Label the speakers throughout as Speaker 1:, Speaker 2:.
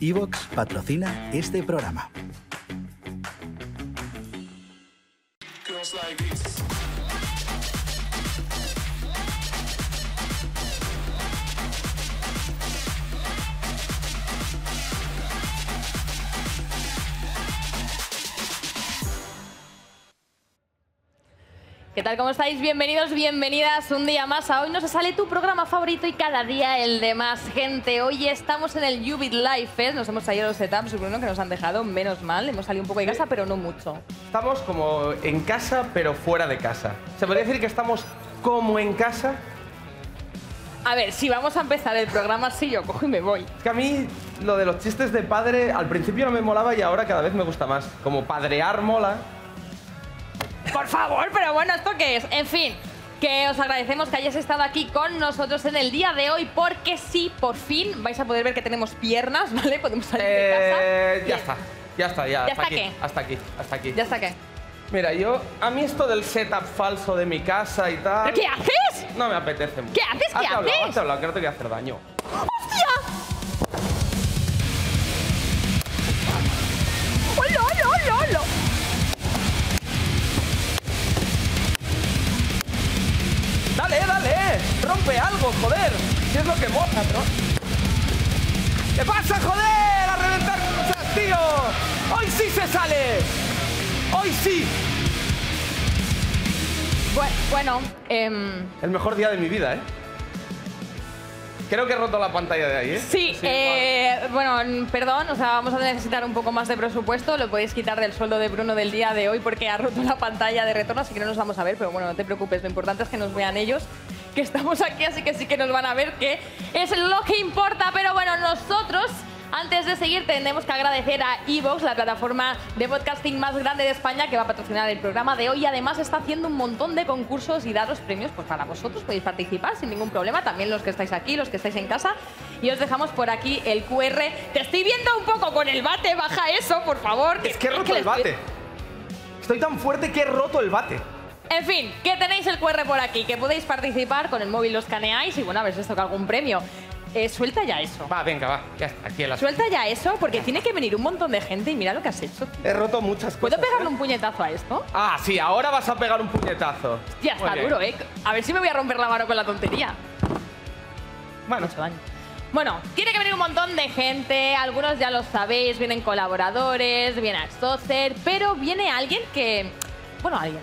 Speaker 1: Evox patrocina este programa.
Speaker 2: ¿Qué tal? ¿Cómo estáis? Bienvenidos, bienvenidas un día más a Hoy nos sale tu programa favorito y cada día el de más gente. Hoy estamos en el Ubit Life Fest, nos hemos salido los setups, Bruno, que nos han dejado, menos mal, hemos salido un poco de casa, pero no mucho.
Speaker 3: Estamos como en casa, pero fuera de casa. Se podría decir que estamos como en casa.
Speaker 2: A ver, si vamos a empezar el programa así, yo cojo y me voy.
Speaker 3: Es que a mí lo de los chistes de padre al principio no me molaba y ahora cada vez me gusta más. Como padrear mola.
Speaker 2: Por favor, pero bueno, ¿esto qué es? En fin, que os agradecemos que hayáis estado aquí con nosotros en el día de hoy, porque sí, por fin vais a poder ver que tenemos piernas, ¿vale? Podemos salir de
Speaker 3: Eh,
Speaker 2: casa.
Speaker 3: ya
Speaker 2: Bien.
Speaker 3: está, ya está, ya, hasta,
Speaker 2: está
Speaker 3: aquí,
Speaker 2: qué?
Speaker 3: hasta aquí, hasta aquí.
Speaker 2: ¿Ya está qué?
Speaker 3: Mira, yo, a mí esto del setup falso de mi casa y tal.
Speaker 2: ¿Pero qué haces?
Speaker 3: No me apetece mucho.
Speaker 2: ¿Qué haces? ¿Qué
Speaker 3: Hazte hablar,
Speaker 2: haces?
Speaker 3: hazte hablar, que no te voy a hacer daño.
Speaker 2: ¡Hola, hola, hola, hola!
Speaker 3: ¡Dale, dale! ¡Rompe algo, joder! Si es lo que mola, bro. ¿Qué pasa, joder? ¡A reventar cosas, tío! ¡Hoy sí se sale! ¡Hoy sí!
Speaker 2: Bue- Bueno, em,
Speaker 3: El mejor día de mi vida, ¿eh? Creo que he roto la pantalla de ahí, ¿eh?
Speaker 2: sí, eh, bueno, n- perdón, o sea, vamos a necesitar un poco más de presupuesto, lo podéis quitar del sueldo de Bruno del día de hoy porque ha roto la pantalla de retorno, así que no nos vamos a ver, pero bueno, no te preocupes, lo importante es que nos vean ellos, que estamos aquí, así que sí que nos van a ver, que es lo que importa, pero bueno, nosotros... Antes de seguir, tenemos que agradecer a Evox, la plataforma de podcasting más grande de España, que va a patrocinar el programa de hoy. Además, está haciendo un montón de concursos y daros premios pues, para vosotros. Podéis participar sin ningún problema, también los que estáis aquí, los que estáis en casa. Y os dejamos por aquí el QR. Te estoy viendo un poco con el bate, baja eso, por favor.
Speaker 3: Es que he roto
Speaker 2: le
Speaker 3: el
Speaker 2: estoy-
Speaker 3: bate. Estoy tan fuerte que he roto el bate.
Speaker 2: en fin, que tenéis el QR por aquí, que podéis participar, con el móvil lo escaneáis y bueno, a ver si os toca algún premio. Eh, suelta ya eso.
Speaker 3: Va, venga, va. Ya está, aquí el asunto.
Speaker 2: Suelta ya eso, porque tiene que venir un montón de gente y mira lo que has hecho.
Speaker 3: He roto muchas
Speaker 2: ¿Puedo
Speaker 3: cosas.
Speaker 2: pegarle
Speaker 3: ¿eh?
Speaker 2: un puñetazo a esto?
Speaker 3: Ah, sí, ahora vas a pegar un puñetazo.
Speaker 2: Ya está
Speaker 3: Muy bien.
Speaker 2: duro, ¿eh? A ver si me voy a romper la mano con la tontería.
Speaker 3: Bueno,
Speaker 2: Mucho daño. Bueno, tiene que venir un montón de gente, algunos ya lo sabéis, vienen colaboradores, viene Axtocer, pero viene alguien que... Bueno, alguien.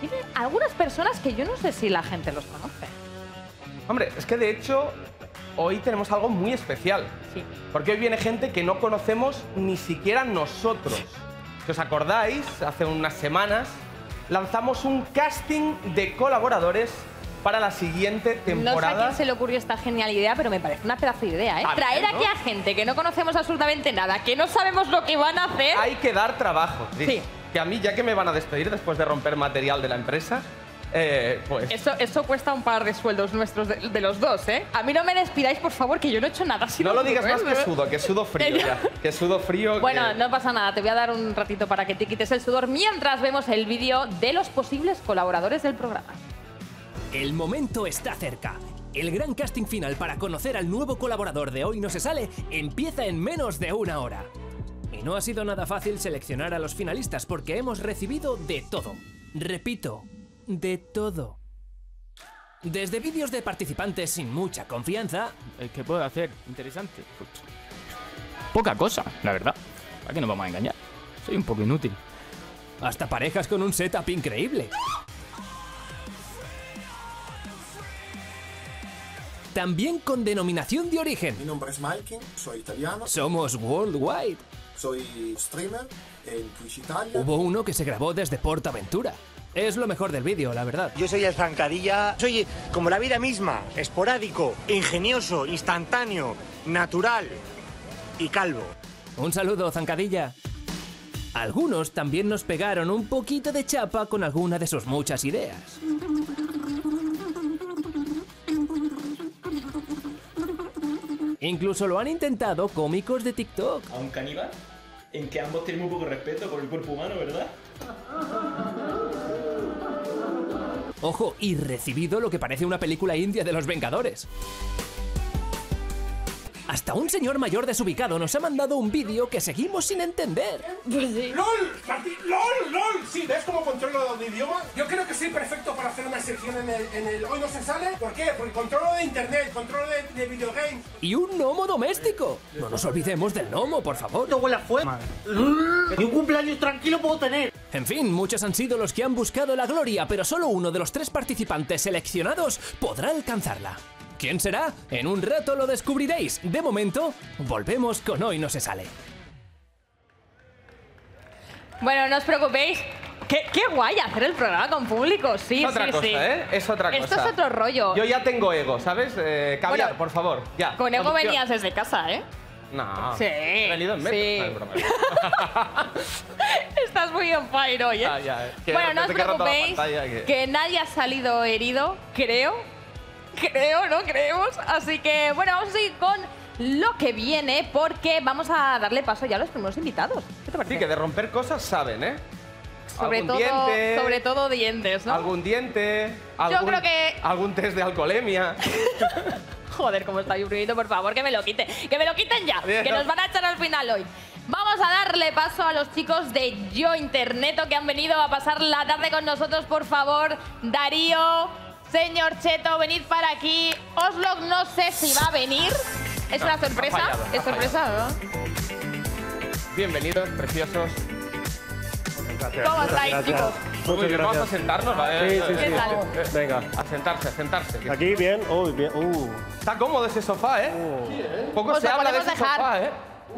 Speaker 2: Vienen algunas personas que yo no sé si la gente los conoce.
Speaker 3: hombre, es que de hecho hoy tenemos algo muy especial.
Speaker 2: Sí.
Speaker 3: Porque hoy viene gente que no conocemos ni siquiera nosotros. Si os acordáis, hace unas semanas lanzamos un casting de colaboradores para la
Speaker 2: No
Speaker 3: siguiente
Speaker 2: sé a
Speaker 3: temporada.
Speaker 2: quién se le ocurrió esta genial idea, pero me parece una pedazo de idea, ¿eh?
Speaker 3: Está bien,
Speaker 2: Traer
Speaker 3: ¿no?
Speaker 2: aquí a gente que no conocemos absolutamente nada, que no sabemos lo que van a hacer.
Speaker 3: Hay que dar trabajo. Cris.
Speaker 2: ¿Eh? Sí.
Speaker 3: Que a mí, ya que me van a despedir después de romper material de la empresa, eh, pues...
Speaker 2: Eso, eso cuesta un par de sueldos nuestros de, de los dos, ¿eh? A mí no me despidáis, por favor, que yo no he hecho nada. si
Speaker 3: no lo digas
Speaker 2: juro,
Speaker 3: más
Speaker 2: ¿eh?
Speaker 3: que sudo, que sudo frío ya. Que sudo frío...
Speaker 2: Bueno,
Speaker 3: que-
Speaker 2: no pasa nada, te voy a dar un ratito para que te quites el sudor mientras vemos el vídeo de los posibles colaboradores del programa.
Speaker 4: El momento está cerca. El gran casting final para conocer al nuevo colaborador de Hoy No Se Sale empieza en menos de una hora. Y no ha sido nada fácil seleccionar a los finalistas porque hemos recibido de todo. Repito, de todo. Desde vídeos de participantes sin mucha confianza
Speaker 5: Eh, ¿Qué puedo hacer? Interesante. Pues, poca cosa, la verdad. ¿Para qué nos vamos a engañar? Soy un poco inútil.
Speaker 4: hasta parejas con un setup increíble. También con denominación de origen.
Speaker 6: Mi nombre es Malkin, soy italiano,
Speaker 4: Somos worldwide.
Speaker 6: soy streamer en Twitch Italia.
Speaker 4: Hubo uno que se grabó desde Portaventura. Es lo mejor del vídeo, la verdad.
Speaker 7: Yo soy el zancadilla, soy como la vida misma, esporádico, ingenioso, instantáneo, natural y calvo.
Speaker 4: Un saludo, zancadilla. Algunos también nos pegaron un poquito de chapa con alguna de sus muchas ideas. Incluso lo han intentado cómicos de TikTok.
Speaker 8: a un caníbal en que ambos tienen muy poco respeto por el cuerpo humano, ¿verdad?
Speaker 4: Ojo, y recibido lo que parece una película india de los Vengadores. Hasta un señor mayor desubicado nos ha mandado un vídeo que seguimos sin entender.
Speaker 2: Pues sí.
Speaker 9: ¡LOL! Martín, ¡LOL! ¡LOL! Sí, ¿ves cómo controlo de idioma? Yo creo que soy perfecto para hacer una sección en el, en el Hoy no se sale. ¿Por qué? Porque controlo de internet, controlo de, de videogames.
Speaker 4: Y un gnomo doméstico. No nos olvidemos del gnomo, por favor.
Speaker 10: abuela fue. Ni un cumpleaños tranquilo puedo tener.
Speaker 4: En fin, muchos han sido los que han buscado la gloria, pero solo uno de los tres participantes seleccionados podrá alcanzarla. ¿Quién será? En un rato lo descubriréis. De momento, volvemos con Hoy no se sale.
Speaker 2: Bueno, no os preocupéis. Qué, qué guay hacer el programa con público, sí,
Speaker 11: es otra
Speaker 2: sí,
Speaker 11: cosa,
Speaker 2: sí.
Speaker 11: ¿eh? Es otra cosa.
Speaker 2: Esto es otro rollo.
Speaker 11: Yo ya tengo ego, ¿sabes? Eh, caviar,
Speaker 2: Bueno,
Speaker 11: por favor, ya.
Speaker 2: Con ego
Speaker 11: Conducción.
Speaker 2: venías desde casa, ¿eh?
Speaker 11: No.
Speaker 2: Sí,
Speaker 11: He venido en metro.
Speaker 2: sí.
Speaker 11: No, es broma.
Speaker 2: Estás muy on fire hoy, ¿eh?
Speaker 11: Ah, ya, eh. Que
Speaker 2: bueno, no
Speaker 11: no
Speaker 2: os
Speaker 11: te querrá toda la
Speaker 2: preocupéis,
Speaker 11: pantalla,
Speaker 2: que...
Speaker 11: que-
Speaker 2: nadie ha salido herido, creo. Creo, ¿no? Creemos. Así que, bueno, vamos a seguir con lo que viene, porque vamos a darle paso ya a los primeros invitados. ¿Qué te parece?
Speaker 11: Sí, que de romper cosas saben, ¿eh?
Speaker 2: sobre,
Speaker 11: algún
Speaker 2: todo,
Speaker 11: diente.
Speaker 2: sobre todo dientes, ¿no?
Speaker 11: Algún diente, algún,
Speaker 2: creo que-
Speaker 11: algún test de alcoholemia.
Speaker 2: Joder, cómo está Yurito, por favor, que me lo quite. Que me lo quiten ya,
Speaker 11: Bien.
Speaker 2: que nos van a echar al final hoy. Vamos a darle paso a los chicos de Yo Interneto que han venido a pasar la tarde con nosotros, por favor. Darío, señor Cheto, venid para aquí. Oslo no sé si va a venir. Es una sorpresa,
Speaker 11: fallado, ha
Speaker 2: es sorpresa, ¿no?
Speaker 11: Bienvenidos, preciosos.
Speaker 2: ¿Cómo estáis, chicos?
Speaker 11: Muy bien, vamos a sentarnos, ¿vale?
Speaker 12: Sí, sí,
Speaker 2: ¿Qué
Speaker 12: sí.
Speaker 2: tal?
Speaker 12: Venga.
Speaker 11: A sentarse, a sentarse. que
Speaker 12: Aquí, bien. Uy, bien. Uh.
Speaker 11: Está cómodo ese sofá, ¿eh? Poco
Speaker 2: Oh. Os
Speaker 11: se
Speaker 2: lo
Speaker 11: habla de ese
Speaker 2: podemos dejar.
Speaker 11: sofá, ¿eh?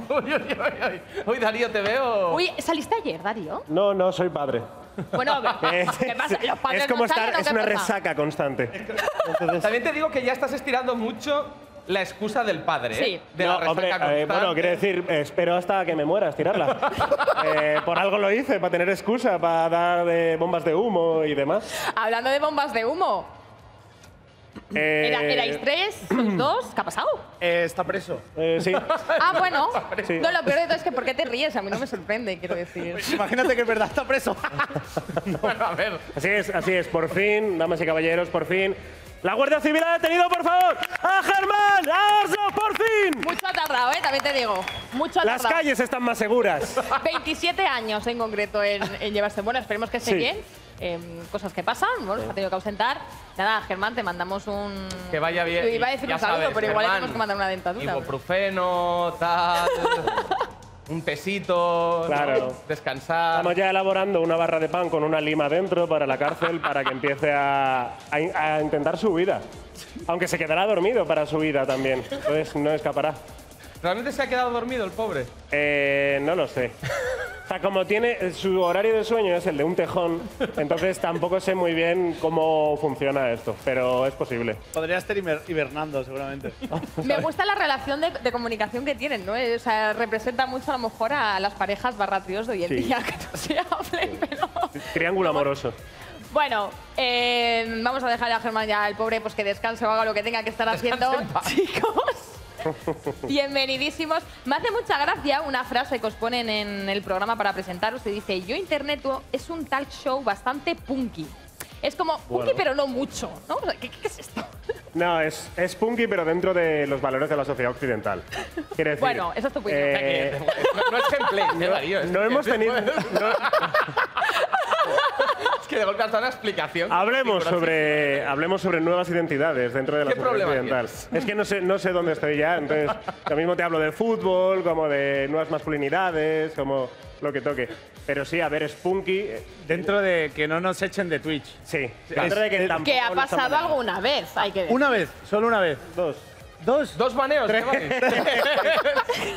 Speaker 11: Uy, uy, uy, uy. Uy, Darío, te
Speaker 12: Oh.
Speaker 11: veo.
Speaker 2: Uy, ¿saliste ayer, Darío?
Speaker 12: No, no, soy padre.
Speaker 2: Bueno, ¿qué pasa? ¿Los padres
Speaker 12: es como
Speaker 2: no salen
Speaker 12: estar,
Speaker 2: o
Speaker 12: es
Speaker 2: qué
Speaker 12: una
Speaker 2: pasa?
Speaker 12: resaca constante. Entonces,
Speaker 11: También te digo que ya estás estirando mucho la excusa del padre, ¿eh?
Speaker 2: Sí.
Speaker 11: De la
Speaker 12: no,
Speaker 11: resaca
Speaker 12: hombre, eh,
Speaker 11: constante.
Speaker 12: bueno, quiero decir, eh, espero hasta que me muera estirarla. Eh, por algo lo hice, para tener excusa, para dar eh, bombas de humo y demás.
Speaker 2: Hablando de bombas de humo,
Speaker 12: Eh,
Speaker 2: ¿era- ¿erais tres? ¿Sois dos? ¿Qué ha pasado?
Speaker 12: está preso.
Speaker 10: Eh,
Speaker 12: sí.
Speaker 2: Ah, bueno.
Speaker 12: Sí.
Speaker 2: No, lo peor de todo es que ¿por qué te ríes? A mí no me sorprende, quiero decir.
Speaker 10: Imagínate que es verdad, está preso.
Speaker 11: Bueno, a ver.
Speaker 12: Así es, así es. Por fin, damas y caballeros, por fin. La Guardia Civil ha detenido, por favor, a Germán, a Oslo, por fin.
Speaker 2: Mucho ha tardado, ¿eh? También te digo. Mucho ha
Speaker 12: Las
Speaker 2: tardado.
Speaker 12: calles están más seguras.
Speaker 2: 27 años en concreto en, en llevarse. Bueno, esperemos que esté
Speaker 12: Sí.
Speaker 2: bien. Em, cosas que pasan, bueno, se ha tenido que ausentar. Nada, Germán, te mandamos un.
Speaker 11: Que vaya bien.
Speaker 2: Iba a decir
Speaker 11: Ya
Speaker 2: un saludo,
Speaker 11: sabes,
Speaker 2: pero igual le
Speaker 11: Germán.
Speaker 2: tenemos que mandar una dentadura.
Speaker 11: Ibuprofeno, tal. un pesito. ¿no?
Speaker 12: Claro.
Speaker 11: Descansar.
Speaker 12: Estamos ya elaborando una barra de pan con una lima dentro para la cárcel para que empiece a, a in- a intentar su vida. Aunque se quedará dormido para su vida también. Entonces no escapará.
Speaker 11: ¿Realmente se ha quedado dormido el pobre?
Speaker 12: Eh, no lo sé. O sea, como tiene su horario de sueño es el de un tejón, entonces tampoco sé muy bien cómo funciona esto, pero es posible.
Speaker 10: Podría estar hiber- hibernando, seguramente.
Speaker 2: Me gusta la relación de, de comunicación que tienen, ¿no? Eh, O sea, representa mucho a lo mejor a las parejas barra tíos de hoy en
Speaker 12: Sí.
Speaker 2: día que no se hablen, pero.
Speaker 12: Triángulo amoroso.
Speaker 2: Bueno, eh, vamos a dejar a Germán ya, el pobre, pues que descanse o haga lo que tenga que estar haciendo. Chicos, bienvenidísimos. Me hace mucha gracia una frase que os ponen en el programa para presentaros que dice, yo Internet oh, es un talk show bastante punky. Es como punky pero no mucho, ¿no? O sea, ¿qué, qué es esto?
Speaker 12: No, es, es punky, pero dentro de los valores de la sociedad occidental. Quiere decir,
Speaker 2: Bueno, esa es tu opinión.
Speaker 12: eh,
Speaker 11: No, no es gameplay, ¿eh, Darío? Es
Speaker 12: no hemos tenido... no-
Speaker 11: Es que de golpe has dado una explicación.
Speaker 12: Hablemos
Speaker 11: Sí, pero
Speaker 12: sobre, hablemos sobre nuevas identidades dentro de la
Speaker 11: ¿Qué
Speaker 12: sociedad
Speaker 11: problema
Speaker 12: occidental. Es que no sé, no sé dónde estoy ya, entonces lo mismo te hablo del fútbol, como de nuevas masculinidades, como lo que toque. Pero sí, a ver, Spunky, eh,
Speaker 10: Dentro de que no nos echen de Twitch.
Speaker 12: sí. Dentro de que tampoco
Speaker 2: que ha
Speaker 12: lo están
Speaker 2: pasado
Speaker 12: manejando.
Speaker 2: alguna vez, hay que decir.
Speaker 10: Una vez, solo una vez.
Speaker 12: Dos.
Speaker 10: Dos.
Speaker 11: Dos baneos, ¿qué vale?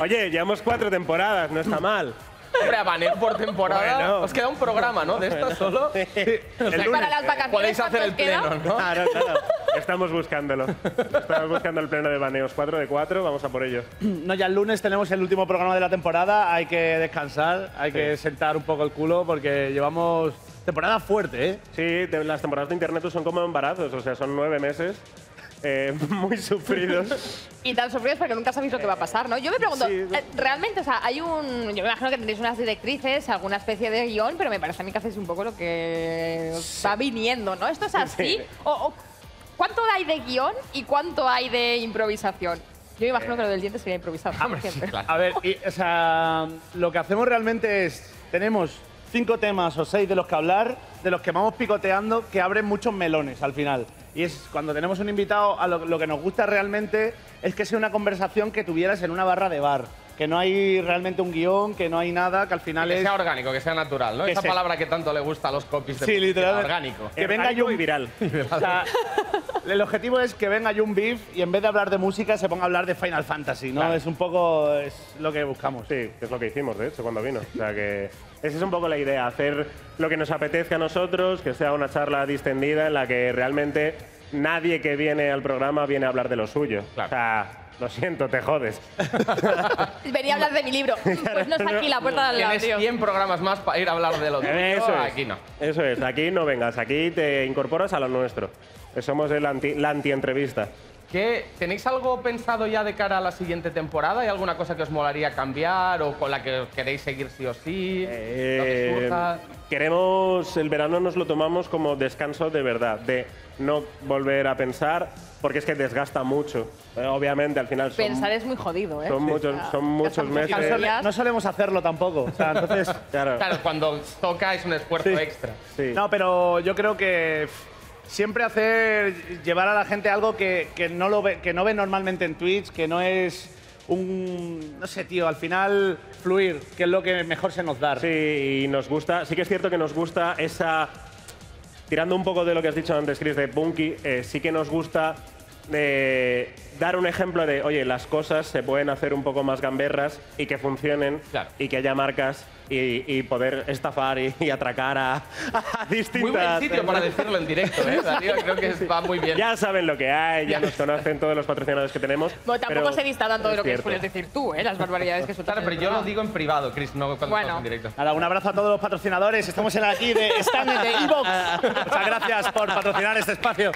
Speaker 12: Oye, llevamos cuatro temporadas, no está mal.
Speaker 11: Hombre, a baneo por temporada.
Speaker 12: Bueno.
Speaker 11: Os queda un programa, ¿no? De esto solo.
Speaker 12: El
Speaker 2: Para las vacaciones,
Speaker 11: Podéis hacer el
Speaker 2: ¿cuántos quedan?
Speaker 11: pleno, ¿no?
Speaker 12: Claro, claro. Estamos buscándolo. Estamos buscando el pleno de baneos. Cuatro de cuatro, vamos a por ello.
Speaker 10: No, ya el lunes tenemos el último programa de la temporada. Hay que descansar, hay que sentar un poco el culo porque llevamos temporada fuerte, ¿eh?
Speaker 12: Sí, te- las temporadas de internet son como embarazos, o sea, son nueve meses eh, muy sufridos.
Speaker 2: Y tan sorprendidos porque nunca sabéis lo que va a pasar, ¿no? Yo me pregunto,
Speaker 12: sí.
Speaker 2: eh, realmente, o sea, hay un. Yo me imagino que tendréis unas directrices, alguna especie de guión, pero me parece a mí que hacéis un poco lo que os va viniendo, ¿no? ¿Esto es así? O, o- ¿Cuánto hay de guión y cuánto hay de improvisación? Yo me imagino que lo del diente sería improvisado.
Speaker 10: Ah,
Speaker 2: siempre.
Speaker 10: A ver, y, o sea, lo que hacemos realmente es, tenemos cinco temas o seis de los que hablar, de los que vamos picoteando, que abren muchos melones al final. Y es cuando tenemos un invitado, a lo, lo que nos gusta realmente es que sea una conversación que tuvieras en una barra de bar. Que no hay realmente un guión, que no hay nada, que al final
Speaker 3: Que
Speaker 10: es...
Speaker 3: sea orgánico, que sea natural, ¿no?
Speaker 10: Que
Speaker 3: Esa
Speaker 10: se-
Speaker 3: palabra que tanto le gusta a los copies de
Speaker 10: Sí,
Speaker 3: publicidad,
Speaker 10: literalmente.
Speaker 3: orgánico.
Speaker 10: Que venga yo viral. O sea, el objetivo es que venga un Beef y en vez de hablar de música se ponga a hablar de Final Fantasy, ¿no?
Speaker 12: Claro.
Speaker 10: Es un poco es lo que buscamos.
Speaker 12: Sí, que es lo que hicimos, de hecho, cuando vino. O sea que esa es un poco la idea, hacer lo que nos apetezca a nosotros, que sea una charla distendida en la que realmente nadie que viene al programa viene a hablar de lo suyo. O sea, lo siento, te jodes.
Speaker 2: Venía a hablar de mi libro. Pues no está aquí la puerta de al lado,
Speaker 3: Tienes
Speaker 2: tío.
Speaker 3: 100 programas más para ir a hablar de lo que
Speaker 12: Eso es.
Speaker 3: aquí no.
Speaker 12: Eso es, aquí no vengas, aquí te incorporas a lo nuestro. Somos el anti- la anti-entrevista.
Speaker 3: ¿Qué- ¿Tenéis algo pensado ya de cara a la siguiente temporada? ¿Hay alguna cosa que os molaría cambiar o con la que queréis seguir sí o sí? Lo que
Speaker 12: Eh,
Speaker 3: surja.
Speaker 12: queremos, el verano nos lo tomamos como descanso de verdad, de no volver a pensar, porque es que desgasta mucho. Eh, obviamente, al final son,
Speaker 2: Pensar es muy jodido, ¿eh?
Speaker 12: son muchos,
Speaker 2: O sea,
Speaker 12: son muchos meses.
Speaker 10: No, sole- no solemos hacerlo tampoco. O sea, entonces,
Speaker 12: Claro.
Speaker 3: Claro, cuando toca es un esfuerzo extra.
Speaker 10: No, pero yo creo que pff, siempre hacer llevar a la gente algo que, que no lo ve, que no ve normalmente en Twitch, que no es un no sé, tío, al final fluir, que es lo que mejor se nos da.
Speaker 12: Sí, y nos gusta, sí que es cierto que nos gusta esa. Tirando un poco de lo que has dicho antes, Chris, de Punky, eh, sí que nos gusta eh, dar un ejemplo de, oye, las cosas se pueden hacer un poco más gamberras y que funcionen y que haya marcas y, y poder estafar y, y atracar a, a distintas.
Speaker 3: Muy buen sitio para decirlo en directo, ¿eh, Darío? Creo que va muy bien.
Speaker 12: Ya saben lo que hay, ya nos conocen todos los patrocinadores que tenemos.
Speaker 2: Bueno, tampoco
Speaker 12: pero
Speaker 2: se dista tanto de lo
Speaker 12: es
Speaker 2: que
Speaker 12: cierto.
Speaker 2: sueles decir tú, ¿eh? Las barbaridades que sueltas.
Speaker 3: Claro, pero yo lo digo en privado, Chris, no cuando
Speaker 2: Bueno.
Speaker 3: estamos en directo.
Speaker 10: Nada, un abrazo a todos los patrocinadores. Estamos en aquí de stand de Evox. Muchas gracias por patrocinar este espacio.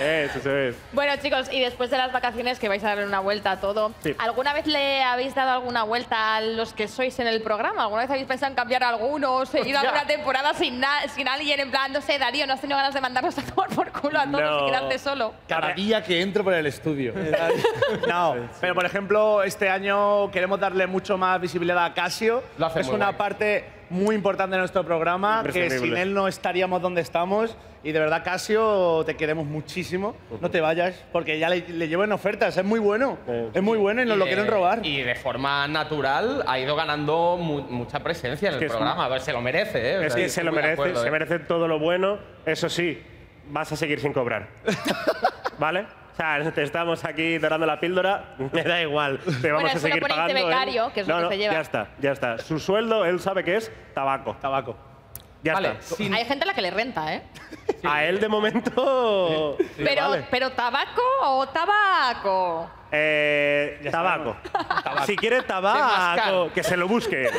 Speaker 12: Eh, Eso, eso es.
Speaker 2: Bueno, chicos, y después de las vacaciones que vais a darle una vuelta a todo,
Speaker 12: Sí.
Speaker 2: ¿alguna vez le habéis dado alguna vuelta a los que sois en el programa? ¿Alguna vez habéis pensado en cambiar alguno o seguir
Speaker 12: Hostia.
Speaker 2: alguna temporada sin, na- sin alguien? En plan, no sé, Darío, ¿no has tenido ganas de mandarnos a tomar por culo a todos
Speaker 10: No.
Speaker 2: y quedarte solo?
Speaker 10: Cada día que entro por el estudio. no, pero por ejemplo, este año queremos darle mucho más visibilidad a Casio.
Speaker 3: Lo hace
Speaker 10: es
Speaker 3: muy
Speaker 10: una
Speaker 3: guay.
Speaker 10: parte muy importante de nuestro programa, que
Speaker 3: Imprescindible.
Speaker 10: sin él no estaríamos donde estamos. Y de verdad, Casio, te queremos muchísimo. No te vayas, porque ya le, le llevo en ofertas. Es muy bueno. Es muy bueno y nos lo
Speaker 3: de-
Speaker 10: quieren robar.
Speaker 3: Y de forma natural ha ido ganando mu- mucha presencia en el
Speaker 12: que es
Speaker 3: programa. A ver, se lo merece, ¿eh? O
Speaker 12: Es
Speaker 3: sea,
Speaker 12: que se
Speaker 3: estoy muy
Speaker 12: lo
Speaker 3: de
Speaker 12: merece,
Speaker 3: acuerdo,
Speaker 12: se
Speaker 3: ¿eh?
Speaker 12: merece todo lo bueno. Eso sí, vas a seguir sin cobrar. ¿Vale? O sea, te estamos aquí dorando la píldora, me da igual, te vamos a
Speaker 2: eso lo
Speaker 12: seguir
Speaker 2: pone este
Speaker 12: pagando. ¿eh?
Speaker 2: becario, que es lo
Speaker 12: No,
Speaker 2: que
Speaker 12: no,
Speaker 2: se lleva.
Speaker 12: Ya está, ya está. Su sueldo, él sabe que es tabaco. Tabaco. Ya está.
Speaker 2: Hay gente a la que le renta, ¿eh?
Speaker 12: A él de momento. le
Speaker 2: pero,
Speaker 12: vale.
Speaker 2: pero tabaco o tabaco.
Speaker 12: Eh, tabaco. Si quiere tabaco, que se lo busque.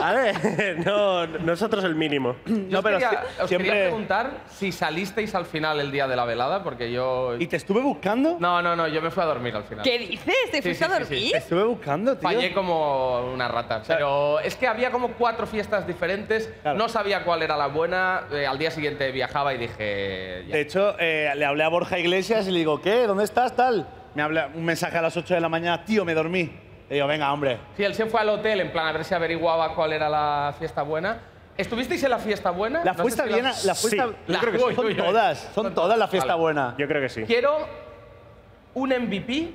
Speaker 12: ¿Vale? No, nosotros el mínimo.
Speaker 3: Yo os quería, os quería preguntar si salisteis al final el día de la velada, porque yo...
Speaker 10: ¿Y te estuve buscando?
Speaker 3: No, no, no, yo me fui a dormir al final.
Speaker 2: ¿Qué dices? ¿Te fuiste
Speaker 3: Sí, sí,
Speaker 2: a
Speaker 3: sí, sí.
Speaker 2: dormir?
Speaker 3: Te
Speaker 10: Estuve buscando, tío.
Speaker 3: Fallé como una rata. pero es que había como cuatro fiestas diferentes, no sabía cuál era la buena. eh, al día siguiente viajaba y dije. ya.
Speaker 10: De hecho, eh, le hablé a Borja Iglesias y le digo, ¿qué? ¿Dónde estás? Tal. Me habla un mensaje a las 8 de la mañana, tío, me dormí. Le digo, venga, hombre.
Speaker 3: Sí, él se fue al hotel en plan a ver si averiguaba cuál era la fiesta buena. ¿Estuvisteis en la fiesta buena?
Speaker 10: La
Speaker 3: No sé
Speaker 10: fiesta
Speaker 3: si
Speaker 10: bien, la, fiesta, yo
Speaker 3: La-
Speaker 10: creo que
Speaker 3: Uy,
Speaker 10: son
Speaker 3: uy, uy.
Speaker 10: todas, son todas la fiesta
Speaker 3: Vale.
Speaker 10: buena.
Speaker 12: Yo creo que sí.
Speaker 3: Quiero un MVP,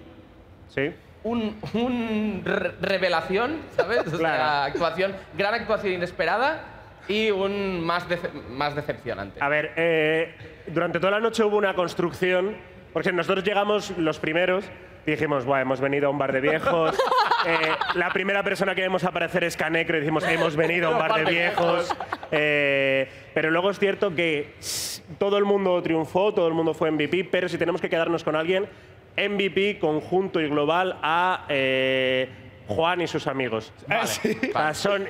Speaker 12: Sí.
Speaker 3: un, un re- revelación, ¿sabes? O sea, actuación, gran actuación inesperada y un más, dece- más decepcionante.
Speaker 12: A ver, eh, durante toda la noche hubo una construcción, porque nosotros llegamos los primeros y dijimos, Buah, hemos venido a un bar de viejos. Eh, la primera persona que vemos aparecer es Canecro y decimos, hemos venido a un bar de viejos. Eh, pero luego es cierto que s- todo el mundo triunfó, todo el mundo fue MVP, pero si tenemos que quedarnos con alguien, MVP conjunto y global a... eh, Juan y sus amigos. Ah, Son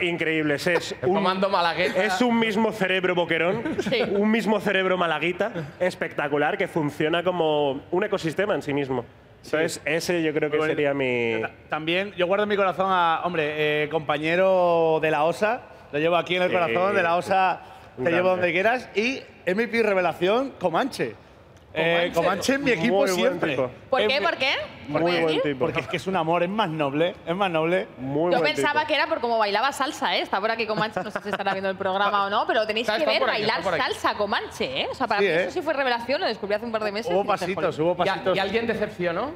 Speaker 12: increíbles. Es un,
Speaker 3: comando malagueta.
Speaker 12: Es un mismo cerebro boquerón, un mismo cerebro malaguita, espectacular, que funciona como un ecosistema en sí mismo. Entonces, ese yo creo que
Speaker 10: Muy bueno.
Speaker 12: sería mi...
Speaker 10: También yo guardo en mi corazón a, hombre, eh, compañero de la OSA, lo llevo aquí en el
Speaker 12: Sí,
Speaker 10: corazón, de la
Speaker 12: sí.
Speaker 10: OSA
Speaker 12: Un
Speaker 10: te llevo
Speaker 12: grande.
Speaker 10: donde quieras, y MVP Revelación Comanche. Eh, Comanche en mi equipo
Speaker 12: Muy buen
Speaker 10: siempre.
Speaker 12: tipo.
Speaker 2: ¿Por qué?
Speaker 10: En mi-
Speaker 2: ¿Por qué?
Speaker 10: Muy
Speaker 2: ¿Puedes
Speaker 10: buen
Speaker 2: decir?
Speaker 10: tipo. Porque es que es un amor, es más noble, es más noble. Muy
Speaker 2: Yo pensaba que era por cómo bailaba salsa, ¿eh? Está por aquí Comanche, no sé si estará viendo el programa o no, pero tenéis
Speaker 10: Está-
Speaker 2: que
Speaker 10: está
Speaker 2: ver
Speaker 10: por aquí,
Speaker 2: bailar
Speaker 10: está por aquí.
Speaker 2: salsa Comanche, ¿eh? O sea, para
Speaker 10: Sí,
Speaker 2: mí
Speaker 10: ¿eh?
Speaker 2: eso sí fue revelación, lo descubrí hace un par de meses.
Speaker 10: Hubo pasitos, hubo pasitos.
Speaker 3: ¿Y alguien decepcionó?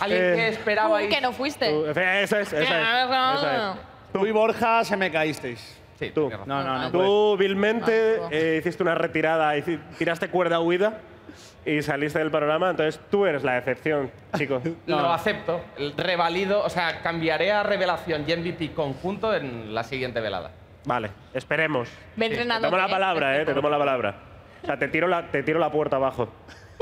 Speaker 3: ¿Alguien
Speaker 10: Eh,
Speaker 3: que esperaba
Speaker 2: Tú,
Speaker 3: ahí?
Speaker 2: que no fuiste.
Speaker 12: Eso es, eso es. eso es.
Speaker 10: Tú y Borja se me caísteis.
Speaker 3: Sí,
Speaker 12: tú.
Speaker 10: No, no, no.
Speaker 12: Tú vilmente
Speaker 2: Ah,
Speaker 12: eh, hiciste una retirada, hici- tiraste cuerda huida y saliste del panorama, entonces tú eres la excepción, chico.
Speaker 3: Lo acepto, revalido, o sea, cambiaré a revelación y MVP conjunto en la siguiente velada.
Speaker 12: Vale, esperemos.
Speaker 2: Ve
Speaker 12: te
Speaker 2: entrenándote,
Speaker 12: tomo la
Speaker 2: ¿eh?
Speaker 12: palabra, eh, te tomo la palabra. O sea, te tiro la, te tiro la puerta abajo.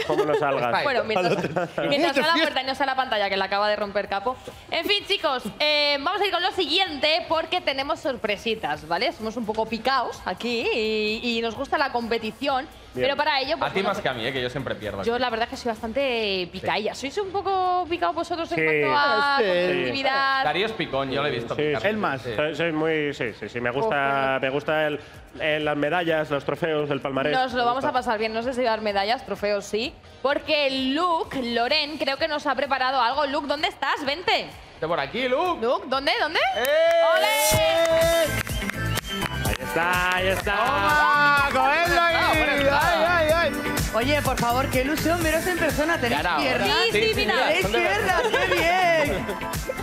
Speaker 12: Como no salgas.
Speaker 2: Bueno, mientras, mientras sea la puerta y no sea la pantalla que la acaba de romper Capo. En fin, chicos, eh, vamos a ir con lo siguiente porque tenemos sorpresitas, ¿vale? Somos un poco picaos aquí y, y nos gusta la competición,
Speaker 3: Bien.
Speaker 2: pero para ello... pues,
Speaker 3: a ti
Speaker 2: bueno,
Speaker 3: más
Speaker 2: pues,
Speaker 3: que a mí, eh, que yo siempre pierdo.
Speaker 2: Yo la verdad que soy bastante picailla. ¿Sois un poco picados vosotros en cuanto a
Speaker 3: Sí.
Speaker 2: competitividad?
Speaker 3: Darío es picón, yo lo he visto.
Speaker 12: Sí,
Speaker 3: picar.
Speaker 12: sí, Soy, soy muy. Sí, sí, sí. Me gusta, me gusta el, el- las medallas, los trofeos, el palmarés.
Speaker 2: Nos lo
Speaker 12: Me
Speaker 2: vamos
Speaker 12: gusta.
Speaker 2: a pasar bien, no sé si dar medallas, trofeos sí, porque Luke, Loren, creo que nos ha preparado algo. Luke, ¿dónde estás? Vente.
Speaker 3: Estoy por aquí, Luke.
Speaker 2: Luke, ¿dónde? ¿Dónde? ¡Ole!
Speaker 12: Ahí está, ahí está.
Speaker 13: cogerlo ahí!
Speaker 3: Ah, bueno, está.
Speaker 13: ¡Ay, ay, ay! Oye, por favor, qué ilusión veros en persona.
Speaker 3: Ya
Speaker 13: ¿Tenéis
Speaker 3: era hora.
Speaker 13: piernas?
Speaker 3: Sí, sí, Sí, sí, mira. mira.
Speaker 13: ¡Tenéis
Speaker 3: Son de
Speaker 13: piernas!
Speaker 3: verdad.
Speaker 13: ¡Qué bien!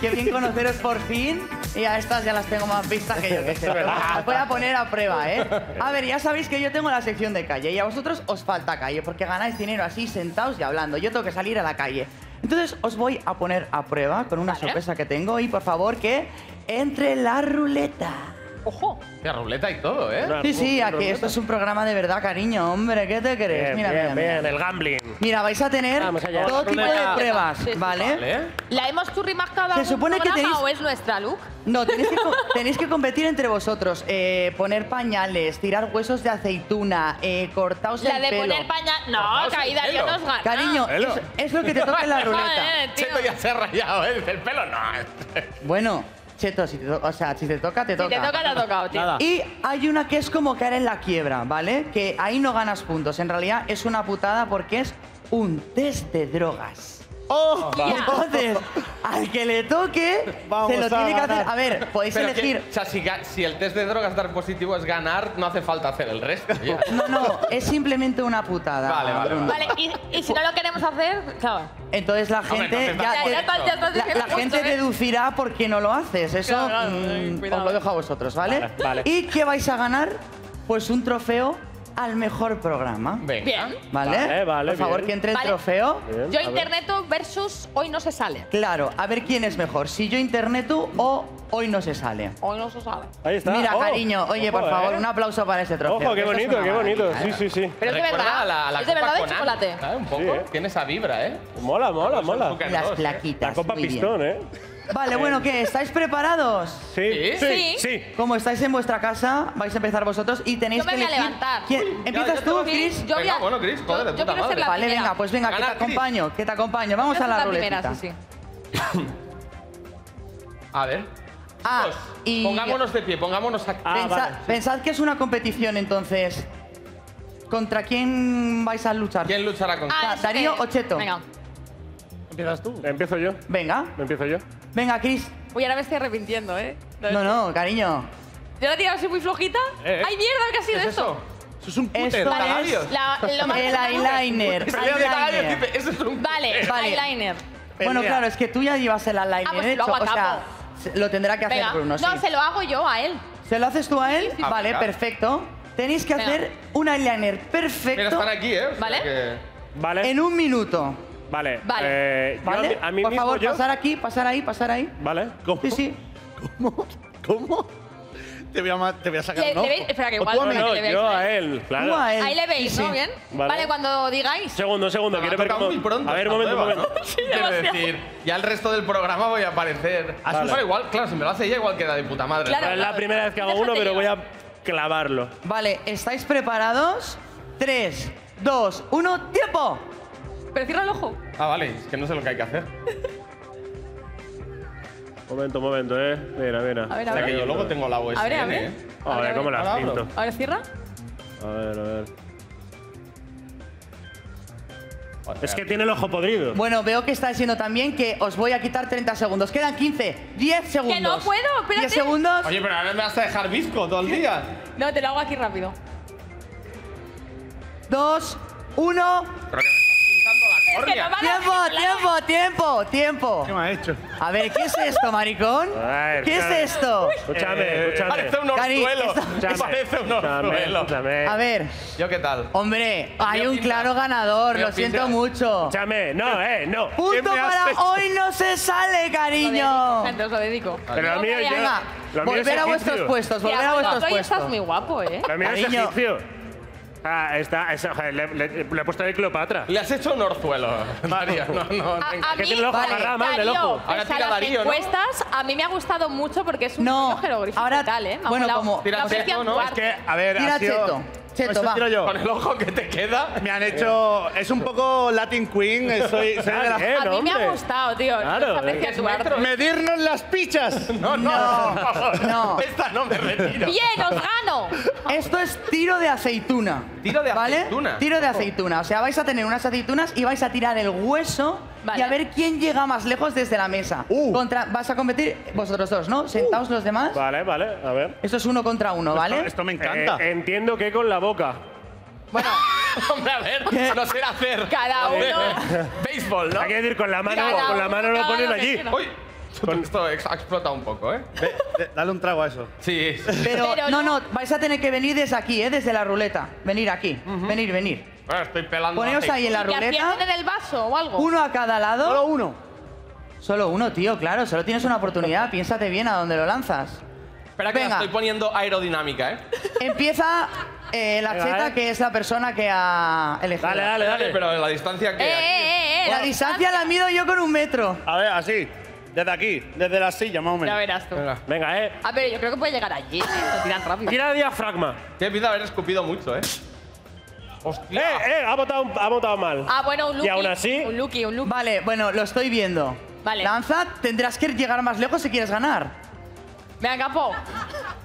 Speaker 13: ¡Qué bien conoceros por fin! Y a estas ya las tengo más vistas que yo que sé.
Speaker 3: Es verdad.
Speaker 13: Las voy a poner a prueba, ¿eh? A ver, ya sabéis que yo tengo la sección de calle y a vosotros os falta calle porque ganáis dinero así sentados y hablando. Yo tengo que salir a la calle. Entonces os voy a poner a prueba con una sorpresa que tengo y por favor que entre la ruleta.
Speaker 2: ¡Ojo!
Speaker 3: Qué ruleta y todo, ¿eh?
Speaker 13: Sí, sí, aquí esto es un programa de verdad, cariño, hombre, ¿qué te crees?
Speaker 12: Bien,
Speaker 13: Mira,
Speaker 12: bien,
Speaker 13: mira, mira.
Speaker 12: bien, el gambling.
Speaker 13: Mira, vais a tener
Speaker 12: Vamos allá.
Speaker 13: todo tipo de
Speaker 12: Ruleta.
Speaker 13: pruebas,
Speaker 2: Sí, sí.
Speaker 13: ¿vale?
Speaker 2: ¿La hemos turrimascado
Speaker 13: Se
Speaker 2: algún
Speaker 13: supone que
Speaker 2: programa
Speaker 13: tenéis-
Speaker 2: o es nuestra, Luke?
Speaker 13: No, tenéis que, co- tenéis que competir entre vosotros, eh, poner pañales, tirar huesos de aceituna, eh, cortaos
Speaker 2: La
Speaker 13: el
Speaker 2: de
Speaker 13: pelo.
Speaker 2: poner paña... No,
Speaker 13: Cortaos el
Speaker 2: caída, yo
Speaker 13: pelo.
Speaker 2: nos gana.
Speaker 13: Cariño, Pelo. es- es lo que te toca en la ruleta.
Speaker 2: Joder, tío.
Speaker 3: Cheto ya se ha rayado, ¿eh? Dice, El pelo no.
Speaker 13: Bueno, cheto, si te, to- o sea, si te toca, te
Speaker 2: Si
Speaker 13: toca.
Speaker 2: te toca, te ha tocado, tío.
Speaker 13: Y hay una que es como caer en la quiebra, ¿vale? Que ahí no ganas puntos. En realidad es una putada porque es un test de drogas. ¡Oh!
Speaker 3: va.
Speaker 13: Entonces, al que le toque, se lo tiene que hacer. A ver, podéis
Speaker 3: Pero que-
Speaker 13: elegir.
Speaker 3: o sea, si, ga- si el test de drogas dar positivo es ganar, no hace falta hacer el resto. ya.
Speaker 13: No, no, es simplemente una putada.
Speaker 3: Vale, vale,
Speaker 13: Bruno.
Speaker 2: Vale, y, y si no lo queremos hacer, claro.
Speaker 13: Entonces la
Speaker 3: Hombre,
Speaker 13: gente
Speaker 3: no hace falta
Speaker 13: ya,
Speaker 3: hacer
Speaker 13: te-
Speaker 3: Ya, ya, ya estás
Speaker 13: la-
Speaker 3: diciendo
Speaker 13: la gente
Speaker 3: mucho, ¿eh?
Speaker 13: deducirá por qué no lo haces. Eso
Speaker 3: Claro, claro, eh,
Speaker 13: mm,
Speaker 3: cuidado.
Speaker 13: os lo dejo a vosotros, ¿vale?
Speaker 3: Vale, vale.
Speaker 13: ¿Y qué vais a ganar? Pues un trofeo al mejor programa.
Speaker 2: Bien.
Speaker 13: ¿Vale?
Speaker 12: Vale, vale,
Speaker 13: Por favor,
Speaker 12: bien.
Speaker 13: que entre
Speaker 2: Vale.
Speaker 13: el trofeo.
Speaker 2: Yo interneto versus hoy no se sale.
Speaker 13: Claro, a ver quién es mejor, si yo interneto o hoy no se sale.
Speaker 2: Hoy no se sale.
Speaker 12: Ahí está.
Speaker 13: Mira,
Speaker 12: Oh.
Speaker 13: cariño, oye,
Speaker 12: Ojo,
Speaker 13: por favor,
Speaker 12: eh.
Speaker 13: un aplauso para ese trofeo.
Speaker 12: Ojo, qué
Speaker 13: Esto es
Speaker 12: bonito,
Speaker 13: una
Speaker 12: qué bonito.
Speaker 13: maravilla,
Speaker 12: Sí,
Speaker 13: ¿eh?
Speaker 12: sí, sí.
Speaker 2: Pero es de
Speaker 3: Recuerda
Speaker 2: verdad,
Speaker 3: a la- a la
Speaker 2: es de
Speaker 3: Copa
Speaker 2: verdad de
Speaker 3: Conan,
Speaker 2: chocolate.
Speaker 3: ¿sabes? Un poco.
Speaker 12: Sí, ¿eh?
Speaker 3: Tiene esa vibra, ¿eh?
Speaker 12: Mola, mola, mola.
Speaker 3: Azúcar Las dos, ¿eh?
Speaker 13: plaquitas,
Speaker 12: La copa
Speaker 13: muy bien.
Speaker 12: pistón, ¿eh?
Speaker 13: Vale, bueno, ¿qué? ¿Estáis preparados?
Speaker 12: Sí, sí, sí.
Speaker 13: Como estáis en vuestra casa, vais a empezar vosotros y
Speaker 2: Yo
Speaker 13: tenéis
Speaker 2: me
Speaker 13: que
Speaker 2: voy a
Speaker 13: elegir
Speaker 2: levantar.
Speaker 13: quién- ¿Empiezas tú, Chris?
Speaker 2: Yo voy a-
Speaker 3: bueno, Chris, joder, de
Speaker 2: yo
Speaker 3: puta
Speaker 2: quiero ser
Speaker 3: madre.
Speaker 2: la
Speaker 13: Vale,
Speaker 2: primera.
Speaker 13: venga, pues venga, que te
Speaker 3: Ganar, Chris.
Speaker 13: acompaño, que te acompaño. Vamos
Speaker 2: Quiero
Speaker 13: a
Speaker 2: ser
Speaker 13: la
Speaker 2: primera,
Speaker 13: ruletita.
Speaker 2: sí, sí.
Speaker 3: A ver.
Speaker 13: Ah,
Speaker 3: Chicos,
Speaker 13: y-
Speaker 3: Pongámonos de pie, pongámonos aquí.
Speaker 12: Ah,
Speaker 13: Pensa- Pensad que es una competición, entonces. ¿Contra quién vais a luchar?
Speaker 3: ¿Quién luchará
Speaker 2: Ah,
Speaker 3: con
Speaker 13: Da- Darío o Cheto. Venga.
Speaker 12: ¿Empiezas tú? Empiezo yo.
Speaker 13: Venga.
Speaker 12: Empiezo yo.
Speaker 13: Venga, Chris.
Speaker 2: Uy, ahora me estoy arrepintiendo, ¿eh?
Speaker 13: No, no, cariño.
Speaker 2: Yo la he tirado así muy flojita.
Speaker 13: Eh, eh.
Speaker 2: ¡Ay, mierda! ¿Qué ha sido
Speaker 13: ¿Qué es
Speaker 2: esto?
Speaker 13: Eso es un
Speaker 2: Esto es la- lo más
Speaker 13: el eyeliner. eyeliner.
Speaker 2: Vale,
Speaker 13: Vale.
Speaker 2: eyeliner.
Speaker 13: Bueno, claro, es que tú ya llevas el eyeliner
Speaker 2: Ah, pues lo
Speaker 13: hecho.
Speaker 2: hago a
Speaker 13: o sea, se- lo tendrá que hacer
Speaker 2: Venga.
Speaker 13: Bruno, sí.
Speaker 2: No, se lo hago yo a él.
Speaker 13: ¿Se lo haces tú a él?
Speaker 2: sí, sí.
Speaker 13: Vale,
Speaker 2: Venga.
Speaker 13: perfecto. Tenéis que
Speaker 2: Venga.
Speaker 13: hacer un eyeliner
Speaker 3: Mira,
Speaker 13: perfecto
Speaker 3: están aquí, ¿eh? O sea
Speaker 2: Vale.
Speaker 3: que-
Speaker 12: Vale.
Speaker 13: en un minuto.
Speaker 12: Vale.
Speaker 13: Vale.
Speaker 12: eh, yo
Speaker 13: ¿Vale?
Speaker 12: a mí- a mí
Speaker 13: Por
Speaker 12: mismo
Speaker 13: favor,
Speaker 12: yo-
Speaker 13: pasar aquí, pasar ahí, pasar ahí.
Speaker 12: Vale.
Speaker 13: Sí, sí.
Speaker 10: ¿Cómo? Te voy a, ma- te voy a sacar
Speaker 2: Le-
Speaker 10: un ojo.
Speaker 2: le veis- espera, que
Speaker 10: O
Speaker 2: igual
Speaker 10: tú a
Speaker 2: no
Speaker 10: mí.
Speaker 2: le No, veis, yo ¿eh? a
Speaker 12: él, claro.
Speaker 10: Tú a él.
Speaker 2: Ahí le veis,
Speaker 10: Sí,
Speaker 2: ¿no?
Speaker 10: sí.
Speaker 2: Bien.
Speaker 12: Vale.
Speaker 2: Vale, cuando digáis.
Speaker 12: Segundo, segundo. Quiero ver
Speaker 3: tocado
Speaker 12: cómo.
Speaker 3: muy pronto
Speaker 12: a ver, un
Speaker 3: esta
Speaker 12: momento, un
Speaker 3: prueba,
Speaker 12: momento.
Speaker 3: ¿no? Quiero
Speaker 12: demasiado.
Speaker 3: decir, ya el resto del programa voy a aparecer.
Speaker 12: Vale.
Speaker 3: Bueno, igual, claro, si me lo hace ella, igual queda de puta madre.
Speaker 12: es la primera vez que hago uno, pero voy a clavarlo.
Speaker 13: Vale, ¿estáis preparados? 3, 2, 1, tiempo.
Speaker 2: Pero cierra el ojo.
Speaker 3: Ah, vale, es que no sé lo que hay que hacer.
Speaker 12: Momento, momento, eh. Mira, mira.
Speaker 2: A ver, a
Speaker 3: o sea, que
Speaker 2: ver.
Speaker 3: yo luego tengo la OSN,
Speaker 2: Abre, abre.
Speaker 3: ¿eh?
Speaker 12: A ver, ¿cómo las
Speaker 3: Ahora abro.
Speaker 12: pinto?
Speaker 2: A ver, cierra.
Speaker 12: A ver, a ver. Es que tiene el ojo podrido.
Speaker 13: Bueno, veo que está diciendo también que os voy a quitar 30 segundos. Quedan 15, 10 segundos.
Speaker 2: Que no puedo, espérate.
Speaker 13: 10 segundos.
Speaker 3: Oye, pero ahora me vas a dejar bizco todo el día.
Speaker 2: No, te lo hago aquí rápido.
Speaker 13: 2, 1.
Speaker 2: Es que no van a
Speaker 13: Tiempo, tiempo, tiempo, tiempo. ¿Qué me ha hecho? A ver, ¿qué es esto, maricón?
Speaker 12: Ay,
Speaker 13: ¿Qué
Speaker 12: escúchame.
Speaker 13: es esto?
Speaker 12: Escúchame, escúchame.
Speaker 3: Parece un
Speaker 13: Cari,
Speaker 3: orzuelo.
Speaker 13: esto-
Speaker 3: Eh, Parece un
Speaker 12: Escúchame,
Speaker 3: orzuelo.
Speaker 12: escúchame.
Speaker 13: A ver,
Speaker 3: ¿Yo qué tal?
Speaker 13: hombre, hay
Speaker 3: Veo
Speaker 13: un
Speaker 3: pinta.
Speaker 13: claro ganador,
Speaker 3: Veo
Speaker 13: lo siento
Speaker 3: pinta.
Speaker 13: mucho.
Speaker 12: Escúchame, no, eh, no. ¿Qué
Speaker 13: Punto
Speaker 12: me
Speaker 13: para
Speaker 12: haces?
Speaker 13: hoy no se sale, cariño.
Speaker 2: Gente, os lo dedico.
Speaker 12: Pero lo mío
Speaker 2: Venga,
Speaker 12: yo-
Speaker 2: venga.
Speaker 12: lo mío es
Speaker 13: volver a
Speaker 12: egipcio.
Speaker 13: vuestros puestos, volver
Speaker 2: Tía,
Speaker 13: a
Speaker 2: pues,
Speaker 13: vuestros
Speaker 2: hoy estás
Speaker 13: puestos.
Speaker 2: muy guapo, ¿eh?
Speaker 12: Lo mío es
Speaker 13: Cariño.
Speaker 12: egipcio. Ah, está, es- joder, le, le- le he puesto de Cleopatra.
Speaker 3: Le has hecho un orzuelo, María. No, no,
Speaker 2: A-
Speaker 3: venga.
Speaker 2: a
Speaker 12: que
Speaker 2: mí,
Speaker 12: tiene el ojo
Speaker 2: vale,
Speaker 12: agarrado mal del
Speaker 2: Darío,
Speaker 12: ojo.
Speaker 2: pese
Speaker 3: Ahora
Speaker 2: a
Speaker 3: tira
Speaker 2: las
Speaker 3: Darío, ¿no?
Speaker 2: encuestas, a mí me ha gustado mucho porque es un
Speaker 13: No,
Speaker 2: jeroglífico
Speaker 13: ahora-
Speaker 2: y tal, ¿eh? Me ha
Speaker 13: bueno,
Speaker 2: molado.
Speaker 13: como-
Speaker 2: La
Speaker 3: Tira
Speaker 2: aprecio
Speaker 3: Cheto, ¿no?
Speaker 2: actuar.
Speaker 10: Es que, a ver,
Speaker 13: Tira
Speaker 10: ha sido...
Speaker 13: Cheto. Cheto,
Speaker 10: Eso
Speaker 13: va.
Speaker 10: tiro yo.
Speaker 3: Con el ojo que te queda.
Speaker 10: Me han hecho... Es un poco Latin Queen. eh, Soy, soy de la...
Speaker 12: Bien,
Speaker 2: a mí me
Speaker 12: hombre.
Speaker 2: ha gustado, tío.
Speaker 12: Claro,
Speaker 2: Se aprecia
Speaker 12: es
Speaker 2: tu arte.
Speaker 10: ¡Medirnos las pichas!
Speaker 3: No, no, por favor.
Speaker 13: no.
Speaker 3: Esta no me retiro.
Speaker 2: Bien, os gano.
Speaker 13: Esto es tiro de aceituna.
Speaker 3: Tiro de
Speaker 13: ¿vale?
Speaker 3: aceituna. Oh.
Speaker 13: Tiro de aceituna. O sea, vais a tener unas aceitunas y vais a tirar el hueso
Speaker 2: Vale.
Speaker 13: y a ver quién llega más lejos desde la mesa.
Speaker 10: Uh.
Speaker 13: Contra, vas a competir vosotros dos, ¿no? Sentaos los demás.
Speaker 12: Vale, vale, a ver.
Speaker 13: Esto es uno contra uno, ¿vale?
Speaker 10: Esto me encanta.
Speaker 12: Eh, entiendo que con la boca.
Speaker 3: Hombre, a ver, no sé hacer.
Speaker 2: Cada
Speaker 3: uno. Béisbol, ¿no?
Speaker 12: Hay que decir, con la mano,
Speaker 2: Cada
Speaker 12: con la
Speaker 2: uno
Speaker 12: mano lo
Speaker 2: cada
Speaker 12: ponen
Speaker 2: lo que
Speaker 12: allí.
Speaker 2: quiera.
Speaker 3: Uy, esto ex- ha explotado un poco, ¿eh?
Speaker 10: Ve, de- dale un trago a eso.
Speaker 3: Sí.
Speaker 13: Pero,
Speaker 2: Pero
Speaker 13: no,
Speaker 2: no.
Speaker 13: no, vais a tener que venir desde aquí, ¿eh? Desde la ruleta. Venir aquí. Venir, venir.
Speaker 3: Bueno, estoy pelando.
Speaker 13: Poneos
Speaker 3: aceite.
Speaker 13: ahí en la
Speaker 2: ¿Y que
Speaker 13: ruleta.
Speaker 2: acierten en el vaso o algo?
Speaker 13: Uno a cada lado.
Speaker 10: Solo uno.
Speaker 13: Solo uno, tío, claro. Solo tienes una oportunidad. Piénsate bien a dónde lo lanzas.
Speaker 3: Espera que la
Speaker 13: Venga.
Speaker 3: estoy poniendo aerodinámica, ¿eh?
Speaker 13: Empieza eh, la
Speaker 12: Venga,
Speaker 13: cheta,
Speaker 12: dale.
Speaker 13: que es la persona que ha elegido.
Speaker 12: Dale, dale, dale.
Speaker 3: Pero la distancia que.
Speaker 2: Eh, eh, eh, eh,
Speaker 13: La distancia la mido yo con un metro.
Speaker 10: A ver, así. Desde aquí. Desde la silla, más o
Speaker 2: Ya
Speaker 10: menos.
Speaker 2: verás tú.
Speaker 12: Venga, eh.
Speaker 2: A ver, yo creo que puede llegar allí. Lo tiran rápido.
Speaker 12: Tira diafragma.
Speaker 3: Tiene pinta de haber escupido mucho, ¿eh?
Speaker 12: Eh,
Speaker 3: ¡Hostia!
Speaker 12: eh, ha votado, ha votado mal.
Speaker 2: Ah, bueno, un lucky.
Speaker 12: Y aún así-
Speaker 2: Un lucky, un lucky.
Speaker 13: Vale, bueno, lo estoy viendo.
Speaker 2: Vale.
Speaker 13: Lanza, tendrás que llegar más lejos si quieres ganar.
Speaker 2: Venga, capo.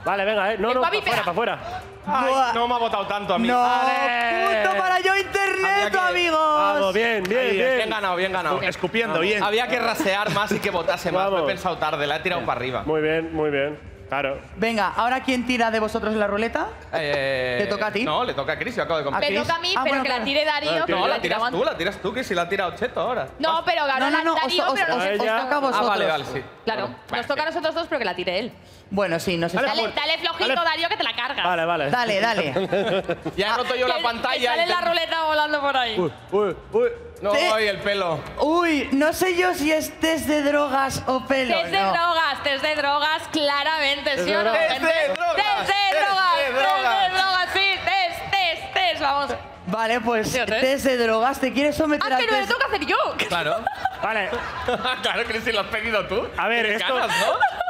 Speaker 12: Vale, venga, eh. No,
Speaker 2: El
Speaker 12: no, para
Speaker 2: papi
Speaker 12: afuera,
Speaker 2: pega.
Speaker 12: para afuera.
Speaker 13: Buah.
Speaker 3: Ay, no me ha votado tanto a mí.
Speaker 13: No,
Speaker 12: Vale.
Speaker 13: punto para yo
Speaker 3: Había
Speaker 13: internet,
Speaker 3: que-
Speaker 13: amigos.
Speaker 12: Vamos, bien, bien,
Speaker 3: Ahí,
Speaker 12: bien.
Speaker 3: Bien ganado, bien ganado.
Speaker 10: Escupiendo,
Speaker 3: Vamos.
Speaker 10: bien.
Speaker 3: Había que rasear más y que votase más. Lo he
Speaker 12: Vamos.
Speaker 3: pensado tarde, la he tirado para arriba.
Speaker 12: Muy bien, muy bien. Claro.
Speaker 13: Venga, ahora quién tira de vosotros la ruleta?
Speaker 3: Eh,
Speaker 13: ¿Te toca a ti?
Speaker 3: No, le toca a Chris, yo acabo de comprar.
Speaker 2: Me
Speaker 13: Chris?
Speaker 2: toca a mí,
Speaker 13: Ah,
Speaker 2: pero
Speaker 13: bueno,
Speaker 2: que
Speaker 13: claro.
Speaker 2: la tire Darío.
Speaker 3: No,
Speaker 2: que
Speaker 3: la
Speaker 2: la
Speaker 3: tiras
Speaker 2: tiraban.
Speaker 3: tú, la tiras tú, que si la ha tirado Cheto ahora.
Speaker 2: No, pero ganó
Speaker 13: No, no,
Speaker 2: la-
Speaker 13: no, os,
Speaker 2: Darío,
Speaker 13: os-
Speaker 2: pero
Speaker 13: os-
Speaker 2: no-
Speaker 12: Ahí
Speaker 13: os
Speaker 12: ya.
Speaker 13: toca a
Speaker 12: Ah,
Speaker 13: vosotros.
Speaker 3: Ah, vale, vale, sí.
Speaker 2: Claro, nos toca a nosotros dos, pero que la tire él.
Speaker 13: Bueno, sí, nos está...
Speaker 2: Dale, dale flojito,
Speaker 12: Dale.
Speaker 2: Darío, que te la cargas.
Speaker 12: Vale, vale.
Speaker 13: Dale, dale.
Speaker 3: Ya he roto yo
Speaker 2: Que-
Speaker 3: la
Speaker 2: que
Speaker 3: pantalla.
Speaker 2: Sale
Speaker 3: y
Speaker 2: la
Speaker 3: te-
Speaker 2: ruleta volando por ahí.
Speaker 10: Uy, uy, uy.
Speaker 3: No,
Speaker 13: Sí.
Speaker 3: y el pelo.
Speaker 13: Uy, no sé yo si es test de drogas o pelo.
Speaker 2: Test de
Speaker 13: no.
Speaker 2: drogas, test de drogas, claramente, ¿sí o no?
Speaker 3: drogas.
Speaker 2: gente?
Speaker 3: Test de drogas,
Speaker 2: Test de
Speaker 3: test
Speaker 2: drogas,
Speaker 3: de
Speaker 2: test de drogas, sí, test, test, test, vamos.
Speaker 13: Vale, pues
Speaker 2: Sí, o sea, ¿eh?
Speaker 13: test de drogas. ¿Te quieres someter
Speaker 2: Ah,
Speaker 13: al
Speaker 2: que no lo
Speaker 13: test?
Speaker 2: tengo que hacer yo.
Speaker 3: Claro.
Speaker 12: Vale,
Speaker 3: claro, Chris, si lo has pedido tú.
Speaker 12: A ver,
Speaker 3: Qué
Speaker 12: esto-
Speaker 3: ganas, ¿no?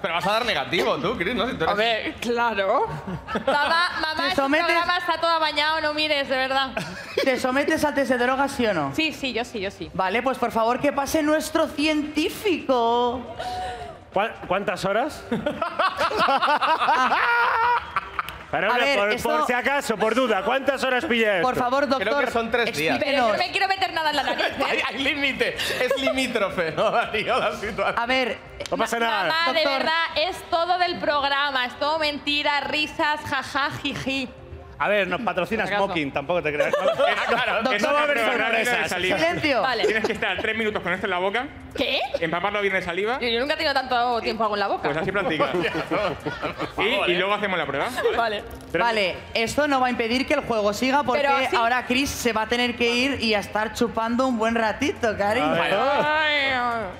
Speaker 3: Pero vas a dar negativo tú, Chris, ¿no? Si tú eres-
Speaker 2: ver, claro. Mamá,
Speaker 13: ¿Te
Speaker 2: mamá, este
Speaker 13: sometes?
Speaker 2: programa está todo bañado, no mires, de verdad.
Speaker 13: ¿Te sometes al test de drogas, sí o no?
Speaker 2: Sí, sí, yo sí, yo sí.
Speaker 13: Vale, pues por favor que pase nuestro científico.
Speaker 12: ¿cuá- ¿cuántas horas? Pero,
Speaker 13: A
Speaker 12: hombre,
Speaker 13: ver,
Speaker 12: por,
Speaker 13: esto-
Speaker 12: por si acaso, por duda, ¿cuántas horas pillé esto?
Speaker 13: Por favor, doctor.
Speaker 3: Creo que son tres días.
Speaker 2: Pero yo
Speaker 13: explíquenos.
Speaker 2: no me quiero meter nada en la nariz, ¿eh?
Speaker 3: Hay, hay límite. Es limítrofe, ¿no, Darío? La situación.
Speaker 13: A ver,
Speaker 12: No pasa nada.
Speaker 2: Mamá, de
Speaker 13: Doctor.
Speaker 2: verdad, es todo del programa, es todo mentira, risas, jaja, jiji.
Speaker 10: A ver, nos patrocina
Speaker 2: acaso.
Speaker 10: Smoking, tampoco te creas.
Speaker 12: Claro, que no va a haber sorpresas.
Speaker 13: silencio.
Speaker 2: Vale.
Speaker 14: Tienes que estar tres minutos con esto en la boca,
Speaker 2: ¿Qué?
Speaker 14: empaparlo bien de saliva,
Speaker 2: Yo, yo nunca he tenido tanto tiempo algo en la boca.
Speaker 14: pues así practicas. y, y luego hacemos la prueba.
Speaker 2: Vale.
Speaker 13: Vale, esto no va a impedir que el juego siga porque
Speaker 2: Pero así-
Speaker 13: ahora Chris se va a tener que ir y a estar chupando un buen ratito, cariño.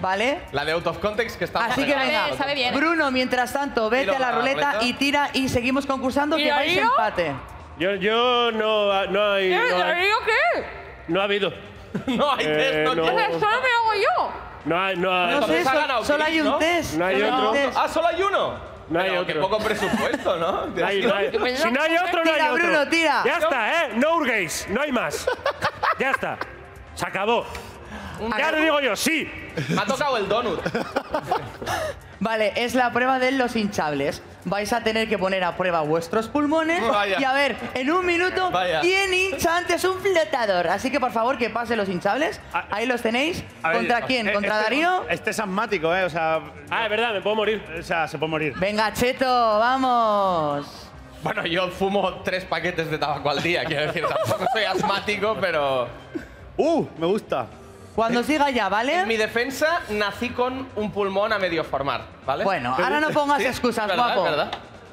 Speaker 13: ¿Vale?
Speaker 3: La de Out of Context que está...
Speaker 13: Así que
Speaker 2: Sabe-
Speaker 13: venga,
Speaker 2: sabe bien.
Speaker 13: Bruno, mientras tanto, vete
Speaker 3: Tiro
Speaker 13: a la
Speaker 3: la
Speaker 13: ruleta
Speaker 3: ruleta.
Speaker 13: y tira y seguimos concursando
Speaker 2: ¿Y
Speaker 13: que vais
Speaker 2: Darío?
Speaker 13: empate.
Speaker 12: Yo, yo no, no hay.
Speaker 2: ¿Qué?
Speaker 12: No, hay-
Speaker 2: ¿Darío qué?
Speaker 12: no ha habido.
Speaker 3: No hay
Speaker 12: Eh,
Speaker 3: test, no,
Speaker 12: no.
Speaker 3: tienes-
Speaker 2: Eso solo me hago yo.
Speaker 12: No hay, no hay-
Speaker 13: No sé,
Speaker 3: Entonces ha
Speaker 13: sol-
Speaker 3: ganado
Speaker 13: solo
Speaker 3: Chris,
Speaker 13: hay un
Speaker 3: ¿no?
Speaker 13: test.
Speaker 12: No hay
Speaker 13: solo
Speaker 12: otro.
Speaker 13: un test.
Speaker 3: Ah, solo hay uno.
Speaker 12: No hay
Speaker 3: Pero
Speaker 12: otro.
Speaker 3: Qué poco presupuesto, ¿no?
Speaker 12: no hay- no hay-
Speaker 2: Pues
Speaker 12: Si no hay otro, no hay
Speaker 13: Tira,
Speaker 12: otro.
Speaker 13: Bruno, tira.
Speaker 12: Ya está, ¿eh? No hurguéis, no hay más. Ya está. Se acabó. Ya lo digo yo, sí.
Speaker 3: Me ha tocado el donut.
Speaker 13: Vale, es la prueba de los hinchables. Vais a tener que poner a prueba vuestros pulmones
Speaker 15: Vaya.
Speaker 13: y a ver, en un minuto,
Speaker 15: Vaya.
Speaker 13: ¿quién hincha antes un flotador? Así que por favor que pase los hinchables. Ahí los tenéis.
Speaker 10: Ah, A ver,
Speaker 13: ¿Contra quién?
Speaker 10: eh,
Speaker 13: ¿Contra
Speaker 10: este-
Speaker 13: Darío?
Speaker 10: Este es asmático, ¿eh? O sea. Ah, es verdad, me puedo morir. O sea, se puede morir.
Speaker 13: Venga, Cheto, vamos.
Speaker 3: Bueno, yo fumo tres paquetes de tabaco al día, quiero decir, tampoco soy asmático, pero...
Speaker 10: ¡Uh! Me gusta. Eh,
Speaker 13: Cuando siga ya, ¿vale?
Speaker 3: En mi defensa, nací con un pulmón a medio formar, ¿vale?
Speaker 13: Bueno, ahora no pongas excusas,
Speaker 3: ¿Verdad?
Speaker 13: guapo.
Speaker 3: ¿verdad?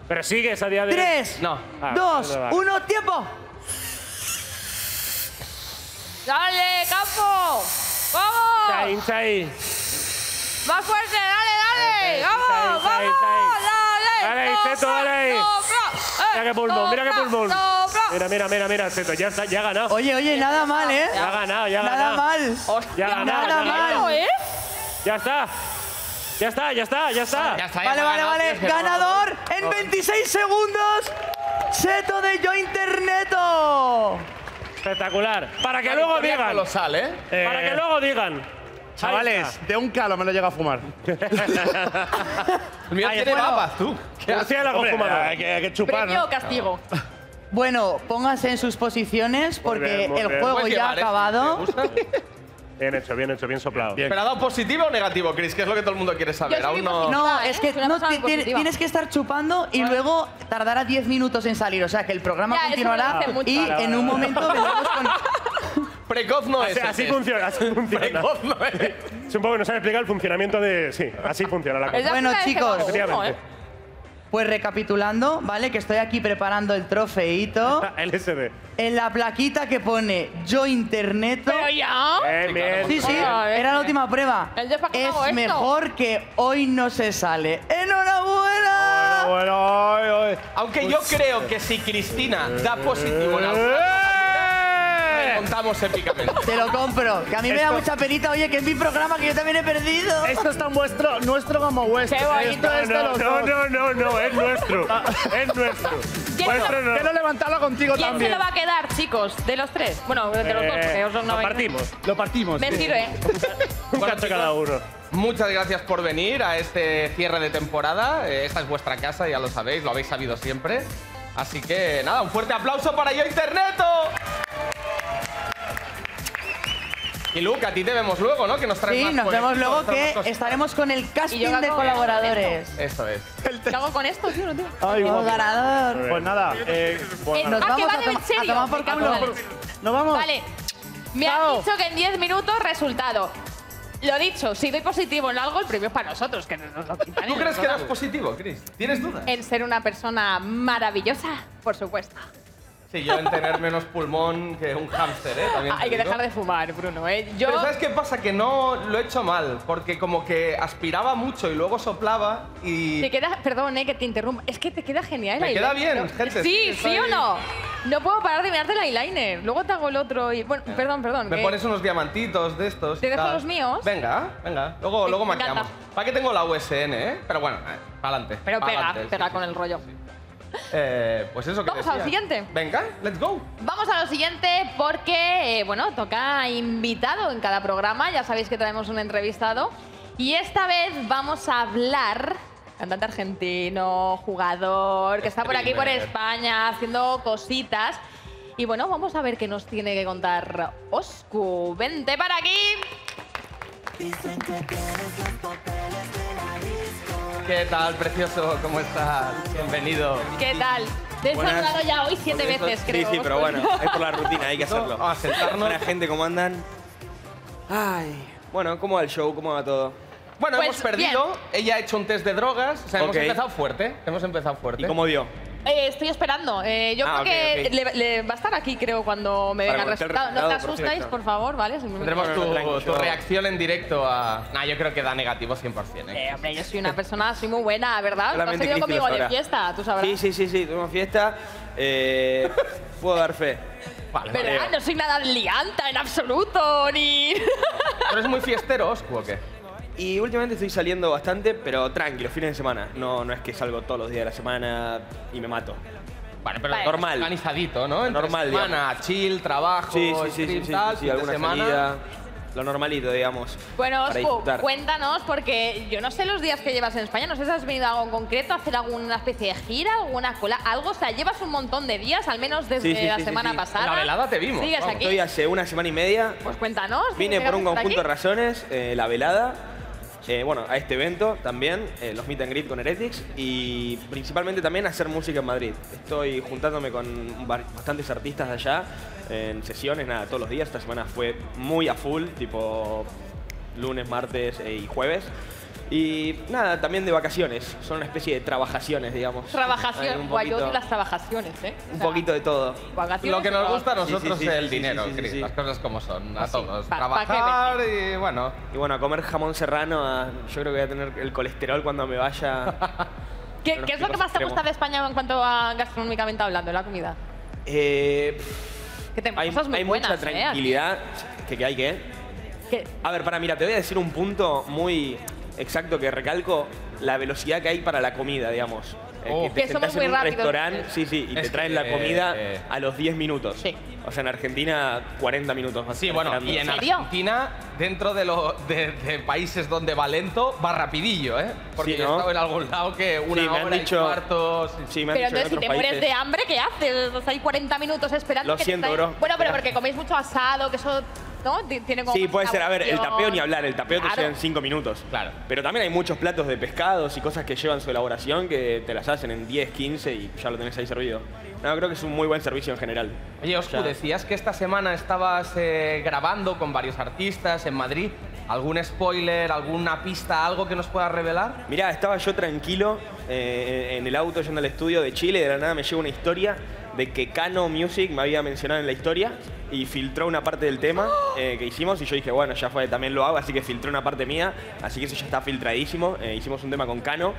Speaker 12: Pero sigues a día de Ah,
Speaker 13: Tres,
Speaker 3: No.
Speaker 10: Ah,
Speaker 13: Dos, uno, tiempo.
Speaker 2: ¡Dale, campo! ¡Vamos!
Speaker 12: Hincha ahí.
Speaker 2: ¡Más fuerte! ¡Dale, dale! ¡Vamos!
Speaker 12: Ahí,
Speaker 2: ¡Vamos!
Speaker 12: ahí. Dale ahí, Ceto, dale ahí.
Speaker 2: eh,
Speaker 12: Mira qué pulmón, mira qué pulmón.
Speaker 2: sopla.
Speaker 12: Mira, mira, mira, mira, Seto, ya está, ya ha ganado.
Speaker 13: Oye, oye, nada mal, ¿eh?
Speaker 12: Ya ha ganado, ya ha
Speaker 13: Nada
Speaker 12: ganado.
Speaker 13: mal.
Speaker 12: Ya ha ganado, ya
Speaker 13: Nada
Speaker 12: ha ganado.
Speaker 13: mal.
Speaker 12: Ya está. Ya está, ya está, ya está.
Speaker 13: Vale, vale, vale. Ganador en 26 segundos. Seto de Yo Interneto.
Speaker 12: Espectacular. Para que
Speaker 10: La
Speaker 12: luego
Speaker 10: victoria
Speaker 12: digan.
Speaker 10: colosal, ¿eh?
Speaker 12: Para que
Speaker 10: Eh,
Speaker 12: luego digan.
Speaker 10: Chavales, de un calo me lo llega a fumar.
Speaker 3: mío tiene papas, tú.
Speaker 12: ¿Qué Murciélago
Speaker 10: Hombre,
Speaker 12: fumado.
Speaker 10: Hay que, hay que chupar,
Speaker 2: Premio
Speaker 10: ¿no?
Speaker 2: o castigo.
Speaker 13: Bueno, pónganse en sus posiciones porque
Speaker 12: bien, muy
Speaker 13: el
Speaker 12: bien.
Speaker 13: juego
Speaker 12: Puedes
Speaker 13: ya ha
Speaker 12: llevar, ¿eh?
Speaker 13: acabado.
Speaker 12: Bien hecho, bien hecho, bien soplado.
Speaker 3: ¿Pero ha dado positivo o negativo, Chris? Que es lo que todo el mundo quiere saber.
Speaker 2: Yo soy
Speaker 3: Aún no...
Speaker 13: No, es que no,
Speaker 2: persona
Speaker 13: ti- ti-
Speaker 2: positiva.
Speaker 13: tienes que estar chupando y luego tardará 10 minutos en salir. O sea que el programa
Speaker 2: Ya, eso me lo
Speaker 13: continuará
Speaker 2: dice mucho.
Speaker 13: y
Speaker 2: Vale, vale,
Speaker 13: en un
Speaker 2: vale.
Speaker 13: momento vendremos con.
Speaker 3: Precoz no
Speaker 12: así,
Speaker 3: es.
Speaker 12: así funciona, así funciona.
Speaker 3: Precoz no es.
Speaker 12: Es un poco que nos han explicado el funcionamiento de. Sí, así funciona la cosa.
Speaker 13: Bueno, chicos,
Speaker 12: Efectivamente.
Speaker 13: pues recapitulando, ¿vale? Que estoy aquí preparando el trofeito.
Speaker 12: LSD.
Speaker 13: En la plaquita que pone Yo Interneto.
Speaker 2: Pero ya.
Speaker 12: Bien, bien.
Speaker 13: Sí, sí,
Speaker 2: Ah, eh.
Speaker 13: era la última prueba.
Speaker 2: El Jeff ha
Speaker 13: Es
Speaker 2: acabado esto.
Speaker 13: mejor que hoy no se sale. ¡Enhorabuena!
Speaker 10: Bueno, hoy, hoy.
Speaker 3: Aunque yo creo que si Cristina da positivo en alguna cosa,
Speaker 12: ¡Eh!
Speaker 3: la montamos épicamente.
Speaker 13: Te lo compro. Que a mí me da
Speaker 3: Esto-
Speaker 13: mucha penita, oye, que es mi programa que yo también he perdido.
Speaker 10: Esto es tan vuestro, nuestro como vuestro.
Speaker 13: Qué bonito
Speaker 10: Esto es de
Speaker 12: No,
Speaker 10: los
Speaker 12: no,
Speaker 10: dos.
Speaker 12: no, no, no, es nuestro. es nuestro.
Speaker 2: ¿Quién
Speaker 12: Vuestro
Speaker 2: se lo-
Speaker 12: no.
Speaker 10: Quiero levantarlo contigo
Speaker 2: ¿Quién se
Speaker 10: también.
Speaker 2: lo va a quedar, chicos? De los tres. Bueno, de los dos, porque os no
Speaker 12: eh,
Speaker 2: ¿eh?
Speaker 12: lo
Speaker 2: vais-
Speaker 12: partimos.
Speaker 10: Lo partimos.
Speaker 2: Me sirve.
Speaker 3: Un
Speaker 12: cacho cada uno.
Speaker 3: Muchas gracias por venir a este cierre de temporada. Eh, Esta es vuestra casa, ya lo sabéis, lo habéis sabido siempre. Así que nada, un fuerte aplauso para Yo Interneto. Y Luca, a ti te vemos luego, ¿no? Que nos traes
Speaker 13: Sí,
Speaker 3: más
Speaker 13: nos vemos
Speaker 3: jueguitos,
Speaker 13: luego
Speaker 3: otras
Speaker 13: que
Speaker 3: cosas.
Speaker 13: estaremos con el
Speaker 2: Y yo
Speaker 13: casting
Speaker 2: hago
Speaker 13: de
Speaker 2: esto.
Speaker 13: colaboradores.
Speaker 3: Eso es.
Speaker 2: ¿Qué hago con esto, tío? No, tío.
Speaker 10: Ay,
Speaker 13: El
Speaker 10: guapo.
Speaker 13: ganador.
Speaker 10: Pues nada, eh, bueno,
Speaker 2: Eh,
Speaker 13: Nos
Speaker 2: ah, que
Speaker 13: vamos
Speaker 2: va
Speaker 13: a,
Speaker 2: de
Speaker 13: toma-
Speaker 2: en serio.
Speaker 13: a tomar por
Speaker 2: Me cago
Speaker 13: culo.
Speaker 2: en la-
Speaker 10: Nos vamos.
Speaker 2: Vale. Me han dicho que en 10 minutos resultado. Lo dicho, si doy positivo en algo, el premio es para nosotros, que no nos lo quitan.
Speaker 3: ¿Tú
Speaker 2: ni
Speaker 3: crees
Speaker 2: nos
Speaker 3: que
Speaker 2: lo
Speaker 3: eras positivo, Chris? ¿Tienes dudas?
Speaker 2: dan. En ser una persona maravillosa, por supuesto.
Speaker 3: Sí, yo en tener menos pulmón que un hámster, ¿eh? También te
Speaker 2: Hay que
Speaker 3: digo.
Speaker 2: dejar de fumar, Bruno, ¿eh? Yo...
Speaker 3: Pero ¿sabes qué pasa? Que no lo he hecho mal, porque como que aspiraba mucho y luego soplaba y...
Speaker 2: Te queda, perdón, eh, que te interrumpa. Es que te queda genial el
Speaker 3: Me queda
Speaker 2: eyeliner,
Speaker 3: bien,
Speaker 2: ¿no?
Speaker 3: gente,
Speaker 2: Sí,
Speaker 3: sí,
Speaker 2: sí,
Speaker 3: estoy-
Speaker 2: o no. No puedo parar de mirarte el eyeliner. Luego te hago el otro y. Bueno, perdón, perdón.
Speaker 3: Me
Speaker 2: que-
Speaker 3: pones unos diamantitos de estos. y
Speaker 2: ¿Te dejo
Speaker 3: tal.
Speaker 2: los míos?
Speaker 3: Venga, venga. Luego, luego
Speaker 2: me encanta.
Speaker 3: maquillamos. ¿Para qué tengo la USN, eh? Pero bueno, para adelante.
Speaker 2: Pero pega, pega con el rollo.
Speaker 3: pues eso que
Speaker 2: Vamos a lo
Speaker 3: decía.
Speaker 2: siguiente.
Speaker 3: Venga, let's go.
Speaker 2: Vamos a lo siguiente porque, eh, bueno, toca invitado en cada programa. Ya sabéis que traemos un entrevistado. Y esta vez vamos a hablar, cantante argentino, jugador, que está por aquí por
Speaker 3: Streamer.
Speaker 2: España haciendo cositas. Y bueno, vamos a ver qué nos tiene que contar Oscu. Vente para aquí.
Speaker 3: ¿Qué tal, precioso? ¿Cómo estás? Bienvenido.
Speaker 2: ¿Qué tal? Te he
Speaker 6: Buenas.
Speaker 2: saludado ya hoy siete
Speaker 6: Porque eso-
Speaker 2: veces, creo.
Speaker 6: Sí, sí, pero bueno, es por la rutina, hay que hacerlo.
Speaker 3: Vamos a sentarnos.
Speaker 6: Buena gente, ¿cómo andan? Ay. Bueno, ¿cómo va el show? ¿Cómo va todo?
Speaker 3: Bueno,
Speaker 2: Pues,
Speaker 3: hemos perdido. Ella ha hecho un test de drogas. O sea, hemos
Speaker 6: Ok.
Speaker 3: empezado fuerte. Hemos empezado fuerte.
Speaker 6: ¿Y cómo dio?
Speaker 2: Eh, estoy esperando. Eh, yo
Speaker 3: Ah,
Speaker 2: creo
Speaker 3: ok,
Speaker 2: que Le,
Speaker 3: ok.
Speaker 2: le va a estar aquí, creo, cuando me
Speaker 3: Para
Speaker 2: venga el
Speaker 3: conocer el
Speaker 2: resultado. No te
Speaker 3: resultado,
Speaker 2: asustáis,
Speaker 3: perfecto.
Speaker 2: por favor, ¿vale? Si me-
Speaker 3: Tendremos
Speaker 6: No, no, tranqui,
Speaker 3: tu, tu
Speaker 6: yo-
Speaker 3: reacción en directo a. Nah, yo creo que da negativo 100%. ¿eh?
Speaker 2: Eh, hombre, yo soy una persona, soy muy buena, ¿verdad? Te has
Speaker 6: Solamente
Speaker 2: ido
Speaker 6: Cristi lo
Speaker 2: conmigo de
Speaker 6: sabrá.
Speaker 2: fiesta, tú sabrás.
Speaker 6: Sí, sí, sí, sí, tuvimos fiesta. Eh, puedo dar fe.
Speaker 3: Vale,
Speaker 2: Pero ah,
Speaker 6: vale.
Speaker 2: no soy nada lianta en absoluto, ni...
Speaker 3: ¿Tú eres muy fiestero, Oscu, o qué?
Speaker 6: Y últimamente estoy saliendo bastante, pero tranquilo, fines de semana. No, no es que salgo todos los días de la semana y me mato.
Speaker 3: Vale, pero
Speaker 6: Vale. Normal.
Speaker 3: Organizadito, ¿no? Entre
Speaker 6: Normal,
Speaker 3: semana, chill, trabajo,
Speaker 6: Sí, sí, sí, sí,
Speaker 3: stream,
Speaker 6: sí,
Speaker 3: tal,
Speaker 6: sí,
Speaker 3: fin de
Speaker 6: alguna
Speaker 3: semana.
Speaker 6: salida. lo normalito, digamos.
Speaker 2: Bueno,
Speaker 6: para
Speaker 2: Ospu,
Speaker 6: disfrutar.
Speaker 2: cuéntanos, porque yo no sé los días que llevas en España, no sé si has venido a algo en concreto, a hacer alguna especie de gira, alguna cola, algo, o sea, llevas un montón de días, al menos desde
Speaker 6: Sí, sí,
Speaker 2: la
Speaker 6: sí, sí,
Speaker 2: semana
Speaker 6: sí.
Speaker 2: pasada. Sigues
Speaker 6: Vamos,
Speaker 2: aquí,
Speaker 6: Estoy hace una semana y media.
Speaker 2: pues cuéntanos.
Speaker 6: Vine por un
Speaker 2: ¿por
Speaker 6: conjunto de
Speaker 2: aquí?
Speaker 6: razones, eh, la velada, eh, bueno, a este evento también, eh, los meet and greet con Heretics y principalmente también hacer música en Madrid. Estoy juntándome con ba- bastantes artistas de allá en sesiones, nada, todos los días. Esta semana fue muy a full, tipo lunes, martes eh, y jueves. Y nada, también de vacaciones, son una especie de trabajaciones, digamos. Eh,
Speaker 2: Trabajación,
Speaker 6: un
Speaker 2: guay, yo odio
Speaker 6: poquito,
Speaker 2: las trabajaciones, ¿eh? O
Speaker 6: un
Speaker 2: sea,
Speaker 6: poquito de todo.
Speaker 2: vacaciones
Speaker 3: Lo que
Speaker 2: y
Speaker 3: nos gusta a
Speaker 2: trabajaciones.
Speaker 3: nosotros
Speaker 6: Sí, sí,
Speaker 3: es
Speaker 6: sí,
Speaker 3: el
Speaker 6: sí,
Speaker 3: dinero,
Speaker 6: sí, sí,
Speaker 3: Chris,
Speaker 6: sí.
Speaker 3: Las cosas como son, a todos.
Speaker 2: pa- pa' qué
Speaker 3: Trabajar y bueno.
Speaker 6: Y bueno, a comer jamón serrano, a- yo creo que voy a tener el colesterol cuando me vaya.
Speaker 2: ¿Qué,
Speaker 6: unos
Speaker 2: qué es lo que
Speaker 6: picos
Speaker 2: más te gusta
Speaker 6: extremos.
Speaker 2: de España en cuanto a gastronómicamente hablando, la comida?
Speaker 6: Eh,
Speaker 2: Que tenemos
Speaker 6: hay
Speaker 2: cosas muy
Speaker 6: hay
Speaker 2: buenas,
Speaker 6: mucha
Speaker 2: ¿eh? Aquí.
Speaker 6: tranquilidad. ¿Que, que hay que.
Speaker 2: ¿Qué?
Speaker 6: A ver, para, mira, te voy a decir un punto muy exacto que recalco la velocidad que hay para la comida, digamos. Eh,
Speaker 2: Oh.
Speaker 6: te
Speaker 2: Que somos
Speaker 6: sentás
Speaker 2: muy
Speaker 6: en un
Speaker 2: rápidos.
Speaker 6: restaurante, sí, sí, y
Speaker 3: Es
Speaker 6: te traen
Speaker 3: que,
Speaker 6: la comida
Speaker 3: eh,
Speaker 6: a los 10 minutos. O sea, en Argentina, 40 minutos más.
Speaker 3: Sí, bueno, y en Argentina, dentro de, lo, de, de países donde va lento, va rapidillo, ¿eh? Porque
Speaker 6: Sí,
Speaker 3: yo he
Speaker 6: ¿no?
Speaker 3: estado en algún lado que una
Speaker 6: Sí, me han
Speaker 3: hora
Speaker 6: dicho-
Speaker 3: y cuarto... sí,
Speaker 6: Sí, me han
Speaker 2: Pero
Speaker 6: dicho en
Speaker 2: entonces, si
Speaker 6: otros
Speaker 2: te
Speaker 6: países.
Speaker 2: mueres de hambre, ¿qué haces? O sea, hay 40 minutos esperando.
Speaker 6: Lo
Speaker 2: que te
Speaker 6: siento,
Speaker 2: traigan-
Speaker 6: bro.
Speaker 2: Bueno, pero
Speaker 6: Espera.
Speaker 2: porque coméis mucho asado, que eso. ¿No? Ti- Tiene como.
Speaker 6: Sí,
Speaker 2: más
Speaker 6: puede ser. A ver, el
Speaker 2: saboración.
Speaker 6: tapeo ni hablar. El tapeo
Speaker 2: Claro.
Speaker 6: te lleva en 5 minutos.
Speaker 3: Claro.
Speaker 6: Pero también hay muchos platos de pescados y cosas que llevan su elaboración que te las hacen en 10, 15 y ya lo tenés ahí servido. No, creo que es un muy buen servicio en general.
Speaker 3: Oye, Oscu,
Speaker 6: Ya.
Speaker 3: decías que esta semana estabas eh, grabando con varios artistas en Madrid. ¿Algún spoiler, alguna pista, algo que nos puedas revelar?
Speaker 6: Mirá, estaba yo tranquilo eh, en el auto yendo al estudio de Chile y de la nada me llegó una historia de que Cano Music me había mencionado en la historia y filtró una parte del tema eh, que hicimos y yo dije, bueno, ya fue, también lo hago, así que filtró una parte mía, así que eso ya está filtradísimo. Eh, hicimos un tema con Cano,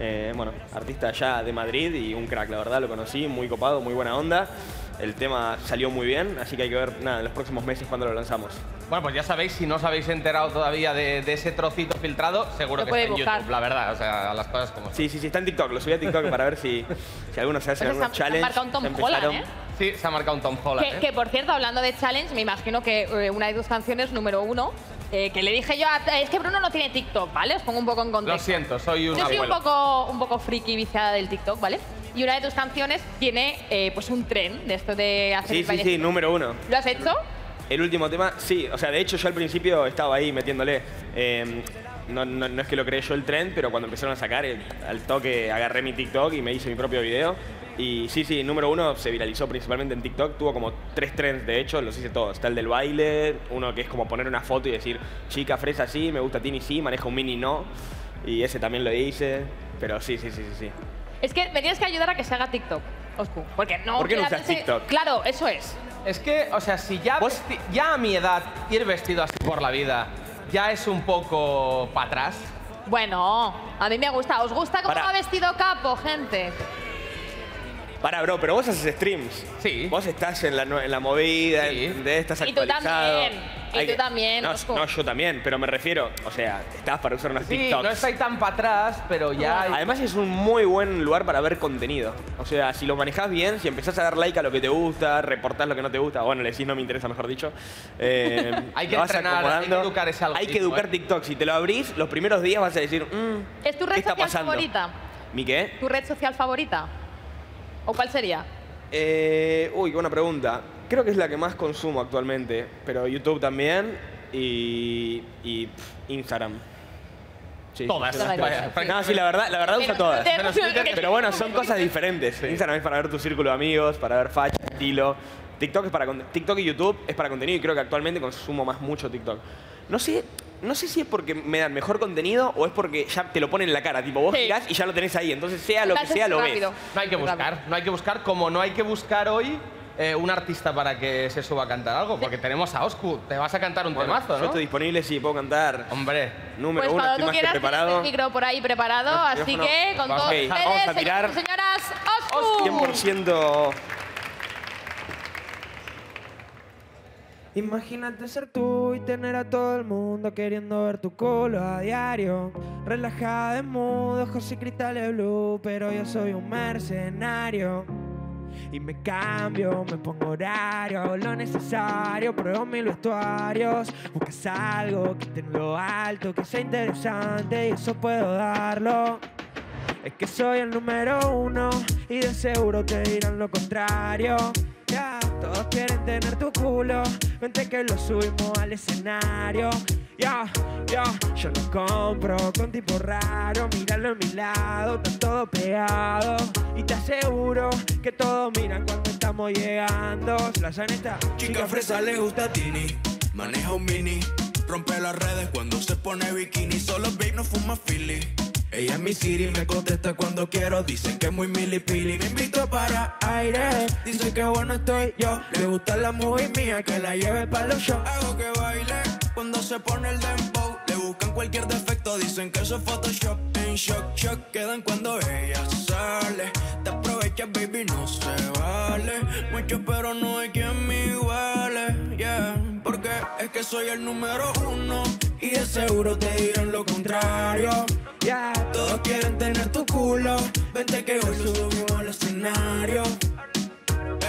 Speaker 6: eh, bueno, artista allá de Madrid y un crack, la verdad, lo conocí, muy copado, muy buena onda. El tema salió muy bien, así que hay que ver nada, en los próximos meses cuando lo lanzamos.
Speaker 3: Bueno, pues ya sabéis, si no os habéis enterado todavía de, de ese trocito filtrado, seguro
Speaker 2: Lo
Speaker 3: que está
Speaker 2: puede
Speaker 3: en
Speaker 2: buscar.
Speaker 3: YouTube, la verdad. O sea, las cosas como son.
Speaker 6: Sí, sí, sí, está en TikTok, lo subí a TikTok para ver si, si algunos se hacen
Speaker 2: Pero se
Speaker 6: algunos
Speaker 2: ha- se ha
Speaker 6: challenges.
Speaker 2: marcado un Tom
Speaker 6: Ya empezaron.
Speaker 2: Holland, ¿eh?
Speaker 3: Sí, se ha marcado un Tom Holland.
Speaker 2: Que,
Speaker 3: ¿eh?
Speaker 2: que, por cierto, hablando de challenge, me imagino que eh, una de tus canciones, número uno, eh, que le dije yo a- Es que Bruno no tiene TikTok, ¿vale? Os pongo un poco en contexto.
Speaker 3: Lo siento, soy un
Speaker 2: Yo soy un
Speaker 3: abuelo.
Speaker 2: poco, un poco friki viciada del TikTok, ¿vale? Y una de tus canciones tiene eh, pues un tren de esto de hacer
Speaker 6: Sí,
Speaker 2: el
Speaker 6: sí, sí,
Speaker 2: bailecito.
Speaker 6: número uno.
Speaker 2: ¿Lo has hecho?
Speaker 6: El último tema, sí, o sea, de hecho yo al principio estaba ahí metiéndole. Eh, no, no- no es que lo creé yo el tren, pero cuando empezaron a sacar, eh, al toque agarré mi TikTok y me hice mi propio video. Y sí, sí, número uno se viralizó principalmente en TikTok. Tuvo como tres trends, de hecho, los hice todos. Está el del baile, uno que es como poner una foto y decir, chica, fresa sí, me gusta Tini sí, maneja un mini no. Y ese también lo hice. Pero sí, sí, sí, sí. sí.
Speaker 2: Es que me tienes que ayudar a que se haga TikTok, Oscu. Porque no.
Speaker 6: ¿Por qué no
Speaker 2: quédate
Speaker 6: usas
Speaker 2: ese-
Speaker 6: TikTok?
Speaker 2: Claro, eso es.
Speaker 3: Es que, o sea, si ya,
Speaker 2: Pues-
Speaker 3: vesti- ya a mi edad ir vestido así por la vida ya es un poco para atrás.
Speaker 2: Bueno, a mí me gusta. ¿Os gusta cómo
Speaker 6: Para.
Speaker 2: va vestido capo, gente?
Speaker 6: Pará, bro, pero vos haces streams. Sí. Vos estás en la, nue- en la movida, en- de estas
Speaker 2: Y tú
Speaker 6: actualizado.
Speaker 2: también, y
Speaker 6: Hay
Speaker 2: tú también,
Speaker 6: No,
Speaker 2: Oscu.
Speaker 6: no, yo también, pero me refiero, o sea, estás para usar unas
Speaker 3: Sí,
Speaker 6: TikToks.
Speaker 3: no estoy tan para atrás, pero ya...
Speaker 6: Además es un muy buen lugar para ver contenido. O sea, si lo manejás bien, si empezás a dar like a lo que te gusta, reportás lo que no te gusta, bueno, le decís no me interesa, mejor dicho. eh,
Speaker 3: Hay que
Speaker 6: lo vas
Speaker 3: entrenar, hay que
Speaker 6: acomodando.
Speaker 3: educar ese
Speaker 6: Hay que
Speaker 3: algoritmo,
Speaker 6: educar
Speaker 3: ¿eh?
Speaker 6: TikTok. Si te lo abrís, los primeros días vas a decir, mm,
Speaker 2: ¿Es tu
Speaker 6: ¿Qué
Speaker 2: red
Speaker 6: está
Speaker 2: social
Speaker 6: pasando?
Speaker 2: favorita?
Speaker 6: ¿mi qué?
Speaker 2: ¿Tu red social favorita? ¿O cuál sería?
Speaker 6: Eh, uy, qué buena pregunta. Creo que es la que más consumo actualmente, pero YouTube también y, y, pff, Instagram. Sí, sí,
Speaker 3: Todas,
Speaker 6: sí, las
Speaker 3: vaya,
Speaker 6: tres.
Speaker 3: prácticamente.
Speaker 6: no, sí, la verdad, la verdad uso
Speaker 3: Menos
Speaker 6: todas.
Speaker 3: Twitter, menos Twitter.
Speaker 6: Pero bueno, son cosas diferentes. Instagram es para ver tu círculo de amigos, para ver facha, estilo. TikTok es para con- TikTok y YouTube es para contenido y creo que actualmente consumo más mucho TikTok. No sé, no sé si es porque me dan mejor contenido o es porque ya te lo ponen en la cara, tipo vos
Speaker 3: Sí.
Speaker 6: girás y ya lo tenés ahí, entonces sea lo que sea lo ves.
Speaker 3: No hay que buscar, no hay que buscar, como no hay que buscar hoy eh, un artista para que se suba a cantar algo, porque tenemos a Oscu, te vas a cantar un
Speaker 6: Bueno,
Speaker 3: temazo, ¿no?
Speaker 6: Yo estoy disponible si puedo cantar.
Speaker 3: Hombre.
Speaker 6: Número
Speaker 2: pues
Speaker 6: uno,
Speaker 2: cuando
Speaker 6: estoy
Speaker 2: tú
Speaker 6: más que
Speaker 2: quieras, tienes
Speaker 6: preparado.
Speaker 2: el micro por ahí preparado,
Speaker 6: Los
Speaker 2: así
Speaker 6: micrófonos.
Speaker 2: que con
Speaker 6: Vamos.
Speaker 2: todos
Speaker 6: Ok,
Speaker 2: ustedes,
Speaker 6: vamos a
Speaker 2: señoras
Speaker 6: tirar.
Speaker 2: y señoras, Oscu.
Speaker 6: 100%.
Speaker 15: Imagínate ser tú y tener a todo el mundo queriendo ver tu culo a diario. Relajada en mood, ojos y cristales blue, pero yo soy un mercenario. Y me cambio, me pongo horario, hago lo necesario, pruebo mis vestuarios. Buscas algo que esté en lo alto, que sea interesante y eso puedo darlo. Es que soy el número uno y de seguro te dirán lo contrario. Ya, todos quieren tener tu culo, vente que lo subimos al escenario. Ya, ya, yo lo compro con tipo raro, míralo a mi lado, está todo pegado. Y te aseguro que todos miran cuando estamos llegando. Se La saneta,
Speaker 16: Chica fresa le gusta Tini, maneja un mini, rompe las redes cuando se pone bikini, solo vape no fuma Philly. Ella es mi Siri, me contesta cuando quiero, dicen que es muy milipili. Me invito para aire, dice que bueno estoy yo. Le gusta la movie mía, que la lleve para los shows. Hago que baile cuando se pone el dembow. Le buscan cualquier defecto, dicen que eso es Photoshop. En shock, shock quedan cuando ella sale. Te aprovechas, baby, no se vale. Mucho, pero no hay quien me iguale. Yeah, porque es que soy el número uno. Y de seguro te dirán lo contrario. Yeah, todos quieren tener tu culo. Vente que hoy lo subimos al escenario.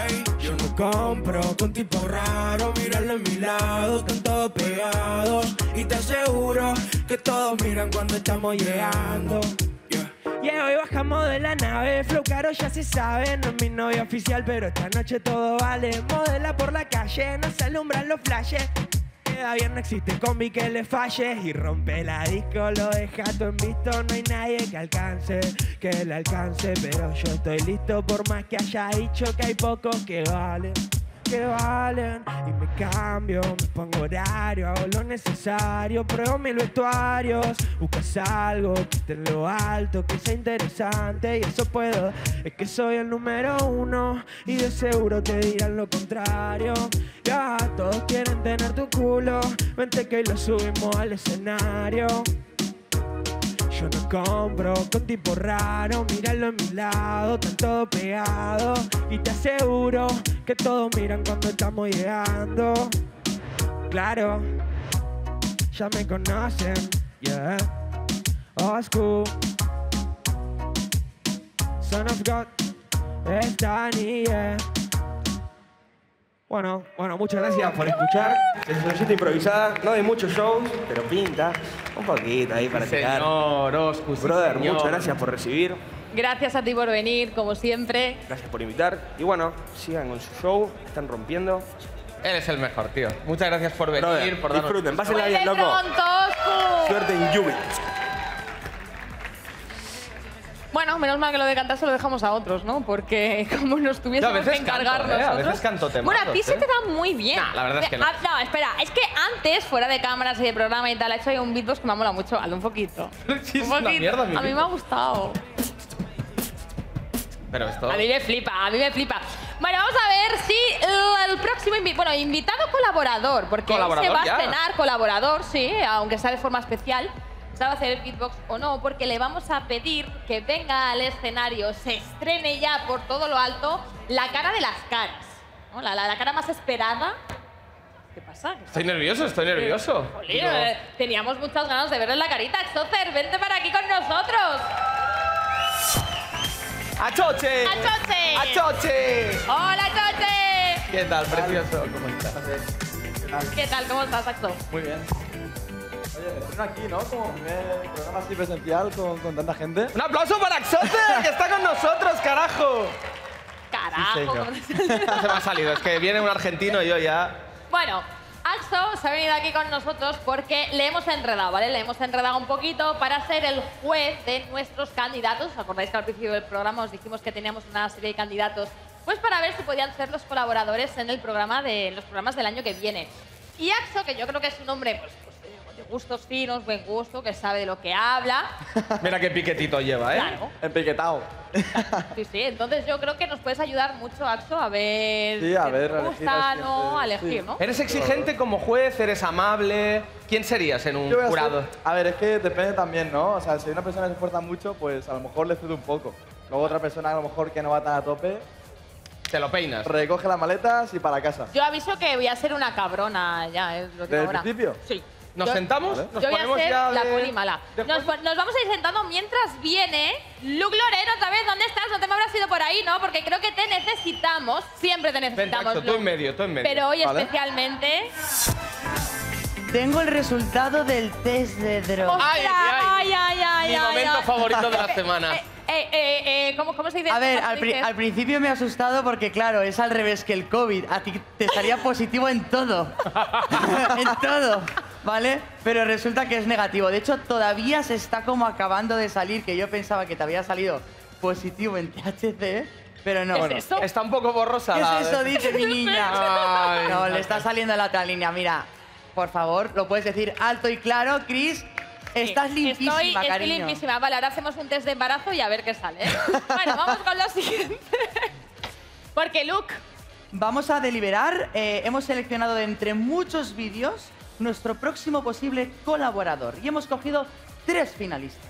Speaker 16: Ey, yo no compro con tipo raro. Míralo a mi lado, están todos pegados. Y te aseguro que todos miran cuando estamos llegando.
Speaker 15: Yeah, hoy bajamos de la nave, flow caro ya se sabe, no es mi novia oficial, pero esta noche todo vale. Modela por la calle, no se alumbran los flashes. Queda bien, no existe combi que le falle y rompe la disco, lo deja todo en visto, no hay nadie que alcance, que le alcance, pero yo estoy listo por más que haya dicho que hay pocos que valen. Que valen y me cambio, me pongo horario, hago lo necesario, pruebo mis vestuarios, buscas algo que esté en lo alto, que sea interesante y eso puedo. Es que soy el número uno y de seguro te dirán lo contrario. Ya, todos quieren tener tu culo, vente que hoy lo subimos al escenario. Yo no compro con tipo raro, míralo a mi lado, están todo pegado y te aseguro que todos miran cuando estamos llegando. Claro, ya me conocen, yeah. Old school, son of God, están y yeah. Bueno, bueno, muchas gracias por escuchar.
Speaker 6: Sesioncita improvisada, no de muchos shows, pero pinta. Un poquito ahí para tirar.
Speaker 3: Señor Oscu, sí,
Speaker 6: Brother,
Speaker 3: señor.
Speaker 6: muchas gracias por recibir,
Speaker 2: Gracias a ti por venir, como siempre.
Speaker 6: gracias por invitar. Y bueno, sigan con su show, están rompiendo.
Speaker 3: Eres el mejor, tío. Muchas gracias por venir,
Speaker 6: Brother,
Speaker 3: por darnos...
Speaker 6: disfruten, pásenla bien,
Speaker 2: ¡Vuelve
Speaker 6: loco.
Speaker 2: pronto, Oscu!
Speaker 6: Suerte en Juve.
Speaker 2: Bueno, menos mal que lo de cantar se lo dejamos a otros, ¿no? Porque como nos
Speaker 3: Yo a
Speaker 2: tuviésemos que
Speaker 3: veces
Speaker 2: encargar
Speaker 3: canto, ¿eh? A
Speaker 2: nosotros-
Speaker 3: veces canto temas.
Speaker 2: Bueno, a ti se te da muy bien.
Speaker 3: Nah, la verdad es que no.
Speaker 2: Ah, no, espera, es que antes, fuera de cámaras y de programa y tal, ha hecho ahí un beatbox que me ha molado mucho. Hazlo un poquito. un
Speaker 3: una mierda, mi
Speaker 2: a mí me ha
Speaker 3: beatbox.
Speaker 2: gustado.
Speaker 3: Pero esto...
Speaker 2: A mí me flipa, a mí me flipa. Bueno, vamos a ver si eh, el próximo invi- bueno, invitado colaborador, porque él se
Speaker 3: Colaborador,
Speaker 2: va a
Speaker 3: ya.
Speaker 2: estrenar colaborador, sí, aunque sea de forma especial, se va a hacer el beatbox o no, porque le vamos a pedir que venga al escenario, se estrene ya por todo lo alto la cara de las caras, ¿no? la, la- la cara más esperada. ¿Qué pasa? ¿Qué
Speaker 3: Estoy nervioso, estoy nervioso.
Speaker 2: Jolín,
Speaker 3: Digo,
Speaker 2: eh, teníamos muchas ganas de verle la carita. Exocer, vente para aquí con nosotros.
Speaker 3: ¡Achoche!
Speaker 2: ¡Achoche!
Speaker 3: ¡Achoche!
Speaker 2: ¡Hola, Choche!
Speaker 3: ¿Qué tal, precioso? ¿Cómo estás?
Speaker 2: ¿Qué tal? ¿Cómo estás, Axo?
Speaker 17: Muy bien. Oye, me estreno aquí, ¿no? Como primer programa así presencial con, con tanta gente.
Speaker 3: ¡Un aplauso para Axoter, que está con nosotros, carajo!
Speaker 2: Carajo. ¿cómo-
Speaker 3: No Ah, se me ha salido, es que viene un argentino y yo ya...
Speaker 2: Bueno, Axo se ha venido aquí con nosotros porque le hemos enredado, ¿vale? Le hemos enredado un poquito para ser el juez de nuestros candidatos. ¿Os acordáis que al principio del programa os dijimos que teníamos una serie de candidatos? Pues para ver si podían ser los colaboradores en el programa de, los programas del año que viene. Y Axo, que yo creo que es un hombre pues, pues, de gustos finos, buen gusto, que sabe de lo que habla.
Speaker 3: Mira qué piquetito lleva, ¿eh?
Speaker 2: Claro.
Speaker 17: Empiquetado.
Speaker 2: Sí, sí, entonces yo creo que nos puedes ayudar mucho, Axo, a ver
Speaker 17: Sí, a
Speaker 2: qué
Speaker 17: ver,
Speaker 2: te
Speaker 17: a elegir
Speaker 2: gusta,
Speaker 17: así
Speaker 2: no,
Speaker 17: entre-
Speaker 2: a elegir,
Speaker 17: sí.
Speaker 2: ¿no?
Speaker 3: ¿Eres exigente como juez? ¿Eres amable? ¿Quién serías en un
Speaker 17: Yo voy a
Speaker 3: jurado?
Speaker 17: hacer- A ver, es que depende también, ¿no? O sea, si una persona se esfuerza mucho, pues a lo mejor le cede un poco. Luego otra persona a lo mejor que no va tan a tope,
Speaker 3: Te lo peinas.
Speaker 17: recoge las maletas y para casa.
Speaker 2: Yo aviso que voy a ser una cabrona ya, es lo que
Speaker 17: ¿Desde el
Speaker 2: ahora.
Speaker 17: principio?
Speaker 2: Sí.
Speaker 3: ¿Nos
Speaker 2: Yo-
Speaker 3: sentamos? ¿Nos
Speaker 2: Yo voy a
Speaker 3: ponemos
Speaker 2: hacer
Speaker 3: ya
Speaker 2: la
Speaker 3: de-
Speaker 2: poli mala. Nos, pon- nos vamos a ir sentando mientras viene Luke Loreno otra vez. ¿Dónde estás? No te me habrás ido por ahí, ¿no? Porque creo que te necesitamos. Siempre te necesitamos,
Speaker 3: Exacto, tú en
Speaker 2: Luke.
Speaker 3: medio, tú en medio.
Speaker 2: Pero hoy
Speaker 3: Vale.
Speaker 2: especialmente...
Speaker 13: Tengo el resultado del test de drogas.
Speaker 2: ¡Ay, ay, ay! ay,
Speaker 13: Mi
Speaker 2: ay,
Speaker 13: momento
Speaker 2: ay.
Speaker 13: favorito de la semana.
Speaker 2: Eh, eh, eh, eh, ¿cómo, cómo se dice?
Speaker 13: A ver,
Speaker 2: ¿Cómo se
Speaker 13: al, pri-
Speaker 2: dice?
Speaker 13: al principio me he asustado porque, claro, es al revés que el COVID. A ti te estaría positivo en todo. en todo. ¿Vale? Pero resulta que es negativo. De hecho, todavía se está como acabando de salir, que yo pensaba que te había salido positivo en THC, pero no. Bueno.
Speaker 3: Está un poco borrosa.
Speaker 13: ¿Qué
Speaker 3: la-
Speaker 13: es eso, dice mi niña?
Speaker 3: Ay.
Speaker 13: no, le está saliendo la otra línea. Mira, por favor, lo puedes decir alto y claro, Chris. Estás limpísima,
Speaker 2: Estoy, estoy
Speaker 13: cariño.
Speaker 2: limpísima. Vale, ahora hacemos un test de embarazo y a ver qué sale. ¿eh? bueno, vamos con lo siguiente. Porque Luke,
Speaker 13: Vamos a deliberar. eh, hemos seleccionado de entre muchos vídeos nuestro próximo posible colaborador y hemos cogido tres finalistas.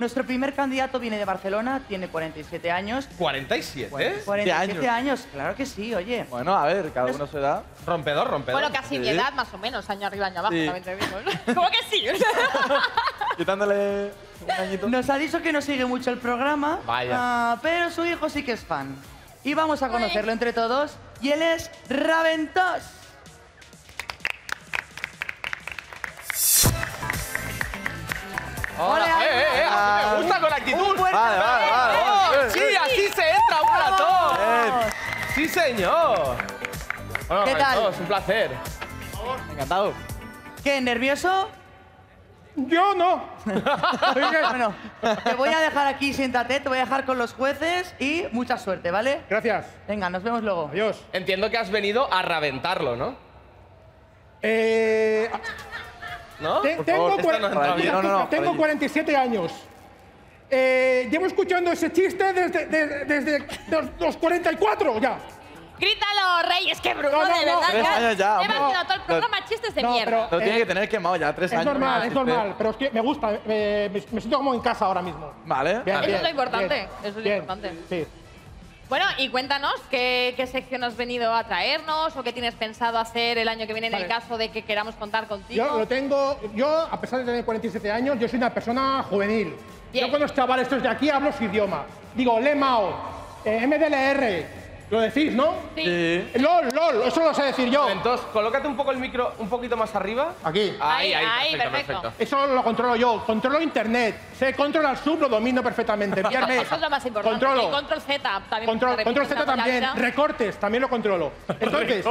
Speaker 13: Nuestro primer candidato viene de Barcelona, tiene 47 años.
Speaker 3: 47, ¿eh?
Speaker 13: 47 años, claro que sí, oye.
Speaker 17: Bueno, a ver, cada uno se da.
Speaker 3: Rompedor, rompedor.
Speaker 2: bueno, casi mi edad más o menos, año arriba, año abajo,
Speaker 17: Sí.
Speaker 2: también te digo. ¿no? ¿Cómo que sí?
Speaker 17: Quitándole un añito.
Speaker 13: Nos ha dicho que no sigue mucho el programa,
Speaker 17: Vaya.
Speaker 13: ah, pero su hijo sí que es fan. Y vamos a conocerlo entre todos. Y él es Raventos.
Speaker 3: Hola,
Speaker 13: Hola,
Speaker 3: eh, eh, eh, así me gusta con actitud.
Speaker 13: Vale, vale, vale,
Speaker 3: ¡Oh,
Speaker 13: vale.
Speaker 3: sí, así se entra un
Speaker 17: Ah.
Speaker 13: Vamos.
Speaker 3: ratón. Sí, señor. Bueno,
Speaker 13: ¿Qué tal?
Speaker 3: Carlitos, un placer.
Speaker 17: Encantado.
Speaker 13: ¿Qué, nervioso?
Speaker 17: Yo no.
Speaker 13: bueno, te voy a dejar aquí, siéntate, te voy a dejar con los jueces y mucha suerte, ¿vale?
Speaker 17: Gracias.
Speaker 13: Venga, nos vemos luego.
Speaker 17: Adiós.
Speaker 3: Entiendo que has venido a reventarlo, ¿no?
Speaker 9: Eh,
Speaker 3: ¿No?
Speaker 9: Te-
Speaker 3: Por
Speaker 9: tengo
Speaker 3: favor,
Speaker 9: cua-
Speaker 3: esta no entra bien.
Speaker 9: tengo 47 años. Eh, llevo escuchando ese chiste desde, de- desde los, los 44 ya.
Speaker 2: Grítalo, Rey, es que Bruno,
Speaker 9: No, no,
Speaker 2: de
Speaker 9: no.
Speaker 2: verdad.
Speaker 17: Tres años ya,
Speaker 2: Llevas
Speaker 17: hombre.
Speaker 2: todo el programa chistes de
Speaker 9: No,
Speaker 2: mierda.
Speaker 17: Lo tiene
Speaker 9: Eh,
Speaker 17: que tener quemado ya, tres
Speaker 9: Es
Speaker 17: años.
Speaker 9: normal, es
Speaker 17: Así que-
Speaker 9: normal, pero es que me gusta, eh, me, me siento como en casa ahora mismo.
Speaker 17: Vale.
Speaker 9: Bien,
Speaker 2: Eso
Speaker 9: bien,
Speaker 2: es lo importante,
Speaker 9: bien,
Speaker 2: eso es lo
Speaker 9: bien,
Speaker 2: importante.
Speaker 9: Sí.
Speaker 2: Bueno, y cuéntanos qué, qué sección has venido a traernos o qué tienes pensado hacer el año que viene en el
Speaker 9: Vale.
Speaker 2: caso de que queramos contar contigo.
Speaker 9: Yo lo tengo, yo a pesar de tener 47 años, yo soy una persona juvenil. Yo con los chavales estos de aquí hablo su idioma. Digo, Lemao, eh, MDLR, lo decís, ¿no?
Speaker 3: Sí.
Speaker 9: LOL, LOL, eso lo sé decir yo.
Speaker 3: Entonces, colócate un poco el micro un poquito más arriba.
Speaker 9: Aquí.
Speaker 3: Ahí, ahí, perfecto, perfecto.
Speaker 9: Eso lo controlo yo. Controlo internet. Sé control al sub, lo domino perfectamente. Viernes.
Speaker 2: Eso es lo más importante.
Speaker 9: Controlo.
Speaker 2: Y control Z también.
Speaker 9: Control,
Speaker 2: porque
Speaker 9: control Z
Speaker 2: representa
Speaker 9: también.
Speaker 2: mucha vida.
Speaker 9: Recortes, también lo controlo. Entonces,
Speaker 2: Que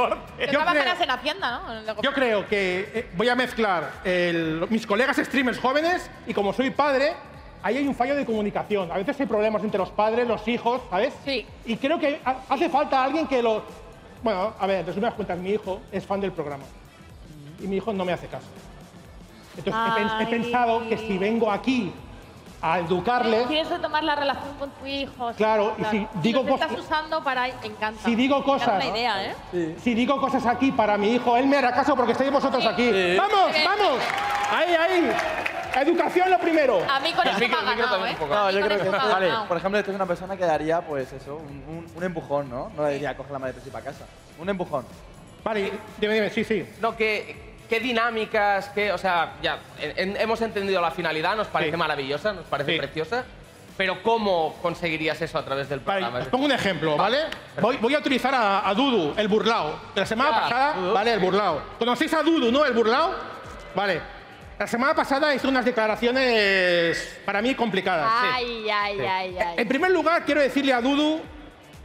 Speaker 9: yo
Speaker 2: trabajarás
Speaker 9: creo-
Speaker 2: en Hacienda, ¿no? Luego-
Speaker 9: yo creo que eh, voy a mezclar el- mis colegas streamers jóvenes y como soy padre, ahí hay un fallo de comunicación. A veces hay problemas entre los padres, los hijos, ¿sabes? Sí. Y creo que ha- hace falta alguien que lo... Bueno, a ver, en resumidas cuentas, mi hijo es fan del programa y mi hijo no me hace caso. Entonces he pens- he,
Speaker 2: Ay.
Speaker 9: pensado que si vengo aquí a educarle,
Speaker 2: Quieres retomar la relación con tu hijo. sí,
Speaker 9: Claro, y si digo
Speaker 2: Lo estás
Speaker 9: cosas-
Speaker 2: usando para... Me encanta.
Speaker 9: si digo
Speaker 2: Me encanta
Speaker 9: cosas,
Speaker 2: la idea, ¿eh?
Speaker 9: si digo cosas aquí para mi hijo, él me hará caso porque estáis vosotros aquí. Vamos,
Speaker 2: Sí.
Speaker 9: vamos. Ahí, ahí. Educación lo primero.
Speaker 2: A mí con
Speaker 17: El
Speaker 2: eso
Speaker 17: micro-
Speaker 2: me ha
Speaker 17: el micro
Speaker 2: ganado,
Speaker 17: también
Speaker 2: ¿eh?
Speaker 17: un poco. No, yo
Speaker 2: A mí con
Speaker 17: creo
Speaker 2: eso
Speaker 17: que-
Speaker 2: me ha
Speaker 17: vale.
Speaker 2: ganado.
Speaker 17: Por ejemplo, esta es una persona que daría, pues eso, un, un- un empujón, ¿no? No le diría, coge la maleta y para casa. Un empujón.
Speaker 9: Vale, dime, dime, sí, sí.
Speaker 3: No, que. ¿Qué dinámicas? Qué, o sea, ya en- en- hemos entendido la finalidad, nos parece maravillosa, nos parece preciosa, pero ¿cómo conseguirías eso a través del programa?
Speaker 9: Os pongo un ejemplo, ¿vale? Voy, voy a utilizar a, a Dudu, el burlao. La semana
Speaker 3: Ah,
Speaker 9: pasada,
Speaker 3: Dudu.
Speaker 9: ¿vale? El burlao. ¿Conocéis a Dudu, no? El burlao. Vale. La semana pasada hizo unas declaraciones para mí complicadas.
Speaker 2: Ay, ay,
Speaker 9: Sí.
Speaker 2: ay, ay.
Speaker 9: En primer lugar, quiero decirle a Dudu,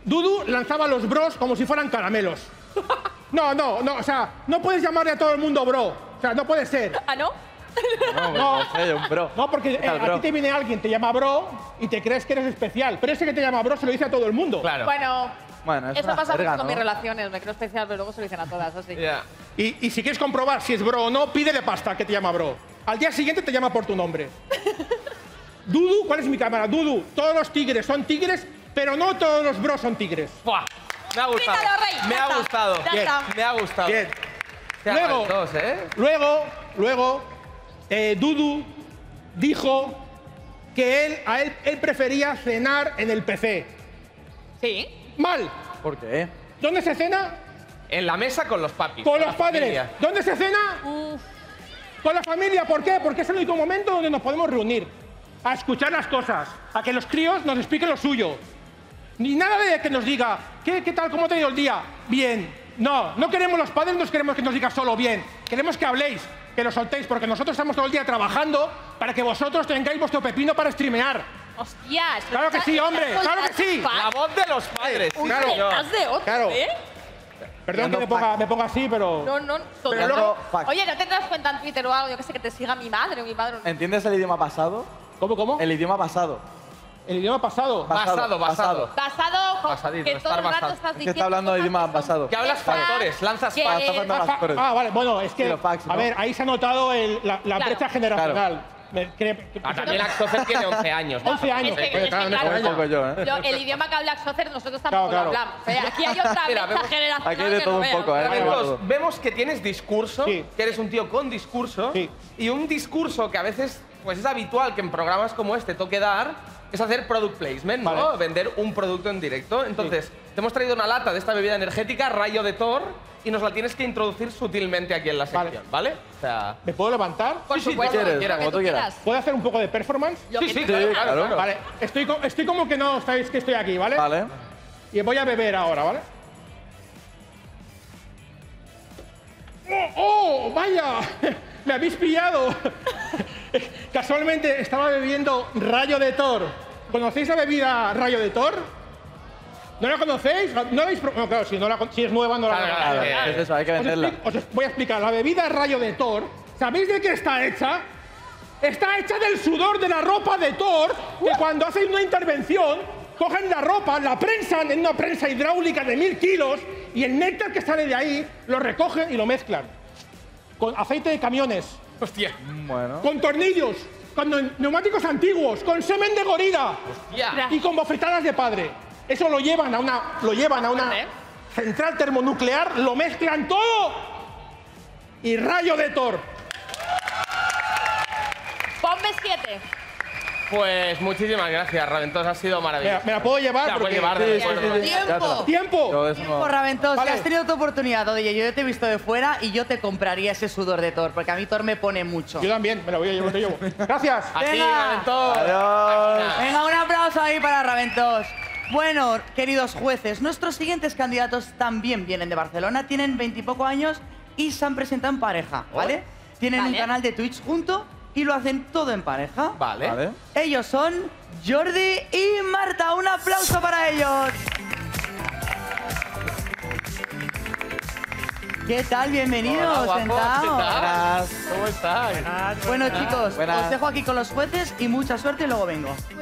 Speaker 9: Dudu lanzaba los bros como si fueran caramelos. No, no, no, o sea, no puedes llamarle a todo el mundo bro. O sea, no puede ser.
Speaker 2: ¿Ah, no?
Speaker 17: No, no sé, un bro.
Speaker 9: No, porque eh,
Speaker 17: ¿Qué tal,
Speaker 9: a
Speaker 17: bro?
Speaker 9: ti te viene alguien, te llama bro y te crees que eres especial. Pero ese que te llama bro se lo dice a todo el mundo.
Speaker 17: Claro.
Speaker 2: Bueno,
Speaker 17: Bueno, es
Speaker 2: eso
Speaker 17: una
Speaker 2: pasa mucho
Speaker 17: jerga,
Speaker 2: con
Speaker 17: ¿no?
Speaker 2: mis relaciones. Me creo especial, pero luego se lo dicen a todas, así.
Speaker 9: Y, y si quieres comprobar si es bro o no, pídele pasta que te llama bro. Al día siguiente te llama por tu nombre. Dudu, ¿cuál es mi cámara? Dudu, todos los tigres son tigres, pero no todos los bros son tigres.
Speaker 3: Buah, Me ha gustado.
Speaker 9: Grítalo, Rey, ya
Speaker 3: me ha
Speaker 9: está,
Speaker 3: gustado.
Speaker 9: ya está.
Speaker 3: Me ha gustado.
Speaker 9: Bien.
Speaker 3: Se hagan
Speaker 9: Luego,
Speaker 3: dos, ¿eh?
Speaker 9: luego, luego, eh, Dudu dijo que él, a él, él prefería cenar en el PC.
Speaker 2: Sí.
Speaker 9: Mal.
Speaker 17: ¿Por qué?
Speaker 9: ¿Dónde se cena?
Speaker 3: En la mesa con los papis.
Speaker 9: Con
Speaker 3: la
Speaker 9: los padres.
Speaker 3: familia.
Speaker 9: ¿Dónde se cena? Con la familia, ¿por qué? Porque es el único momento donde nos podemos reunir. A escuchar las cosas, a que los críos nos expliquen lo suyo. Ni nada de que nos diga, ¿qué, qué tal? ¿Cómo te ha ido el día? Bien. No, no queremos los padres, no queremos que nos digas solo bien. Queremos que habléis, que lo soltéis, porque nosotros estamos todo el día trabajando para que vosotros tengáis vuestro pepino para streamear.
Speaker 2: ¡Hostias!
Speaker 9: ¡Claro que sí, hombre! ¡Claro que sí!
Speaker 3: voz de los padres.
Speaker 2: Un
Speaker 9: Claro.
Speaker 2: pedazo de otro,
Speaker 9: Claro.
Speaker 2: ¿eh?
Speaker 9: Perdón que me ponga, me ponga así, pero...
Speaker 2: No, no,
Speaker 9: Pero
Speaker 2: total.
Speaker 9: luego-
Speaker 2: Oye, ¿no tendrás cuenta en Twitter o algo? Yo que sé, que te siga mi madre o mi padre.
Speaker 17: ¿Entiendes el idioma pasado?
Speaker 9: ¿Cómo, cómo?
Speaker 17: El idioma pasado.
Speaker 9: ¿El idioma pasado?
Speaker 3: Basado, basado.
Speaker 2: Basado, jo-
Speaker 3: Basadito,
Speaker 2: que todo
Speaker 3: estar
Speaker 2: el rato
Speaker 3: basado.
Speaker 2: estás
Speaker 17: Es que
Speaker 2: diciendo...
Speaker 17: está hablando de idioma pasado.
Speaker 3: Que hablas factores, lanzas
Speaker 2: Que-
Speaker 3: factores.
Speaker 2: Estás hablando
Speaker 9: Ah,
Speaker 2: las
Speaker 9: fa-
Speaker 2: flores.
Speaker 9: ah, vale, bueno, es
Speaker 3: Y
Speaker 9: que.
Speaker 3: los fax,
Speaker 9: A
Speaker 3: ¿no?
Speaker 9: ver, ahí se ha notado el- la, la
Speaker 2: Claro.
Speaker 9: brecha generacional. Me- que- que-
Speaker 3: Ah, también Axofer tiene 11 años.
Speaker 9: 11 años.
Speaker 2: Es que- es que, claro,
Speaker 17: ¿eh?
Speaker 2: lo- el idioma que habla Xocer nosotros tampoco
Speaker 3: Claro,
Speaker 2: lo
Speaker 3: claro.
Speaker 2: hablamos. O sea, aquí hay otra
Speaker 3: Mira,
Speaker 2: brecha
Speaker 3: vemos-
Speaker 2: generacional. que no veas.
Speaker 17: poco, ¿eh?
Speaker 3: Pero
Speaker 17: Hay de
Speaker 3: vemos-
Speaker 17: todo.
Speaker 3: Vemos que tienes discurso, que eres un tío con discurso, y un discurso que a veces pues es habitual que en programas como este toque dar, es hacer product placement, ¿no? Vender un producto en directo. Entonces, te hemos traído una lata de esta bebida energética, Rayo de Thor, y nos la tienes que introducir sutilmente aquí en la sección, ¿vale? O sea...
Speaker 9: ¿Me puedo levantar?
Speaker 3: Por Sí, sí, supuesto, como quieres, quieras, como como tú tú quieras. quieras.
Speaker 9: ¿Puedo hacer un poco de performance?
Speaker 3: Lo Sí, que sí, tú claro, quieras. claro, claro.
Speaker 9: Vale, estoy, co- estoy como que no sabéis que estoy aquí, ¿vale? Vale. Y voy a beber ahora, ¿vale? ¡Oh, oh, vaya! ¡Me habéis pillado! Casualmente estaba bebiendo Rayo de Thor. ¿Conocéis la bebida Rayo de Thor? ¿No la conocéis? ¿No la habéis probado? No, claro, si, no la con- si es nueva, no la
Speaker 17: Claro,
Speaker 9: conocéis.
Speaker 17: claro,
Speaker 3: eh,
Speaker 17: claro. Es eso, hay que
Speaker 9: Os
Speaker 17: venderla.
Speaker 9: expli- Os, voy a explicar. La bebida Rayo de Thor, ¿sabéis de qué está hecha? Está hecha del sudor de la ropa de Thor, que cuando hacen una intervención, cogen la ropa, la prensan en una prensa hidráulica de mil kilos, y el néctar que sale de ahí lo recogen y lo mezclan. Con aceite de camiones. Pues
Speaker 3: Hostia.
Speaker 17: Bueno.
Speaker 9: Con tornillos, con neu- neumáticos antiguos, con semen de gorila
Speaker 3: Hostia.
Speaker 9: y con bofetadas de padre. Eso lo llevan a una, lo llevan a una central termonuclear, lo mezclan todo y rayo de Thor.
Speaker 2: Ponme siete.
Speaker 3: Pues muchísimas gracias, Raventos, ha sido maravilloso.
Speaker 9: Me la- me la puedo llevar
Speaker 3: Te la puedes
Speaker 9: porque-
Speaker 3: llevar, de
Speaker 9: Sí, sí,
Speaker 3: acuerdo.
Speaker 9: sí, sí. Tiempo.
Speaker 13: Tiempo, Raventos, que has tenido tu oportunidad, oye, yo ya te he visto de fuera y yo te compraría ese sudor de Thor, porque a mí Thor me pone mucho. Yo
Speaker 9: también, me lo voy a llevar, te llevo. Gracias.
Speaker 13: Venga. Venga, un aplauso ahí para Raventos. Bueno, queridos jueces, nuestros siguientes candidatos también vienen de Barcelona, tienen veintipoco años y se han presentado en pareja, ¿vale? Tienen un canal de Twitch junto y lo hacen todo en pareja.
Speaker 3: Vale. Vale.
Speaker 13: Ellos son Jordi y Marta. Un aplauso para ellos. ¿Qué tal? Bienvenidos.
Speaker 3: Hola, guapos, ¿qué
Speaker 13: sentaos.
Speaker 3: tal? ¿Cómo estás?
Speaker 13: Bueno, chicos, os
Speaker 3: Buenas.
Speaker 13: dejo aquí con los jueces y mucha suerte y luego vengo.
Speaker 3: Te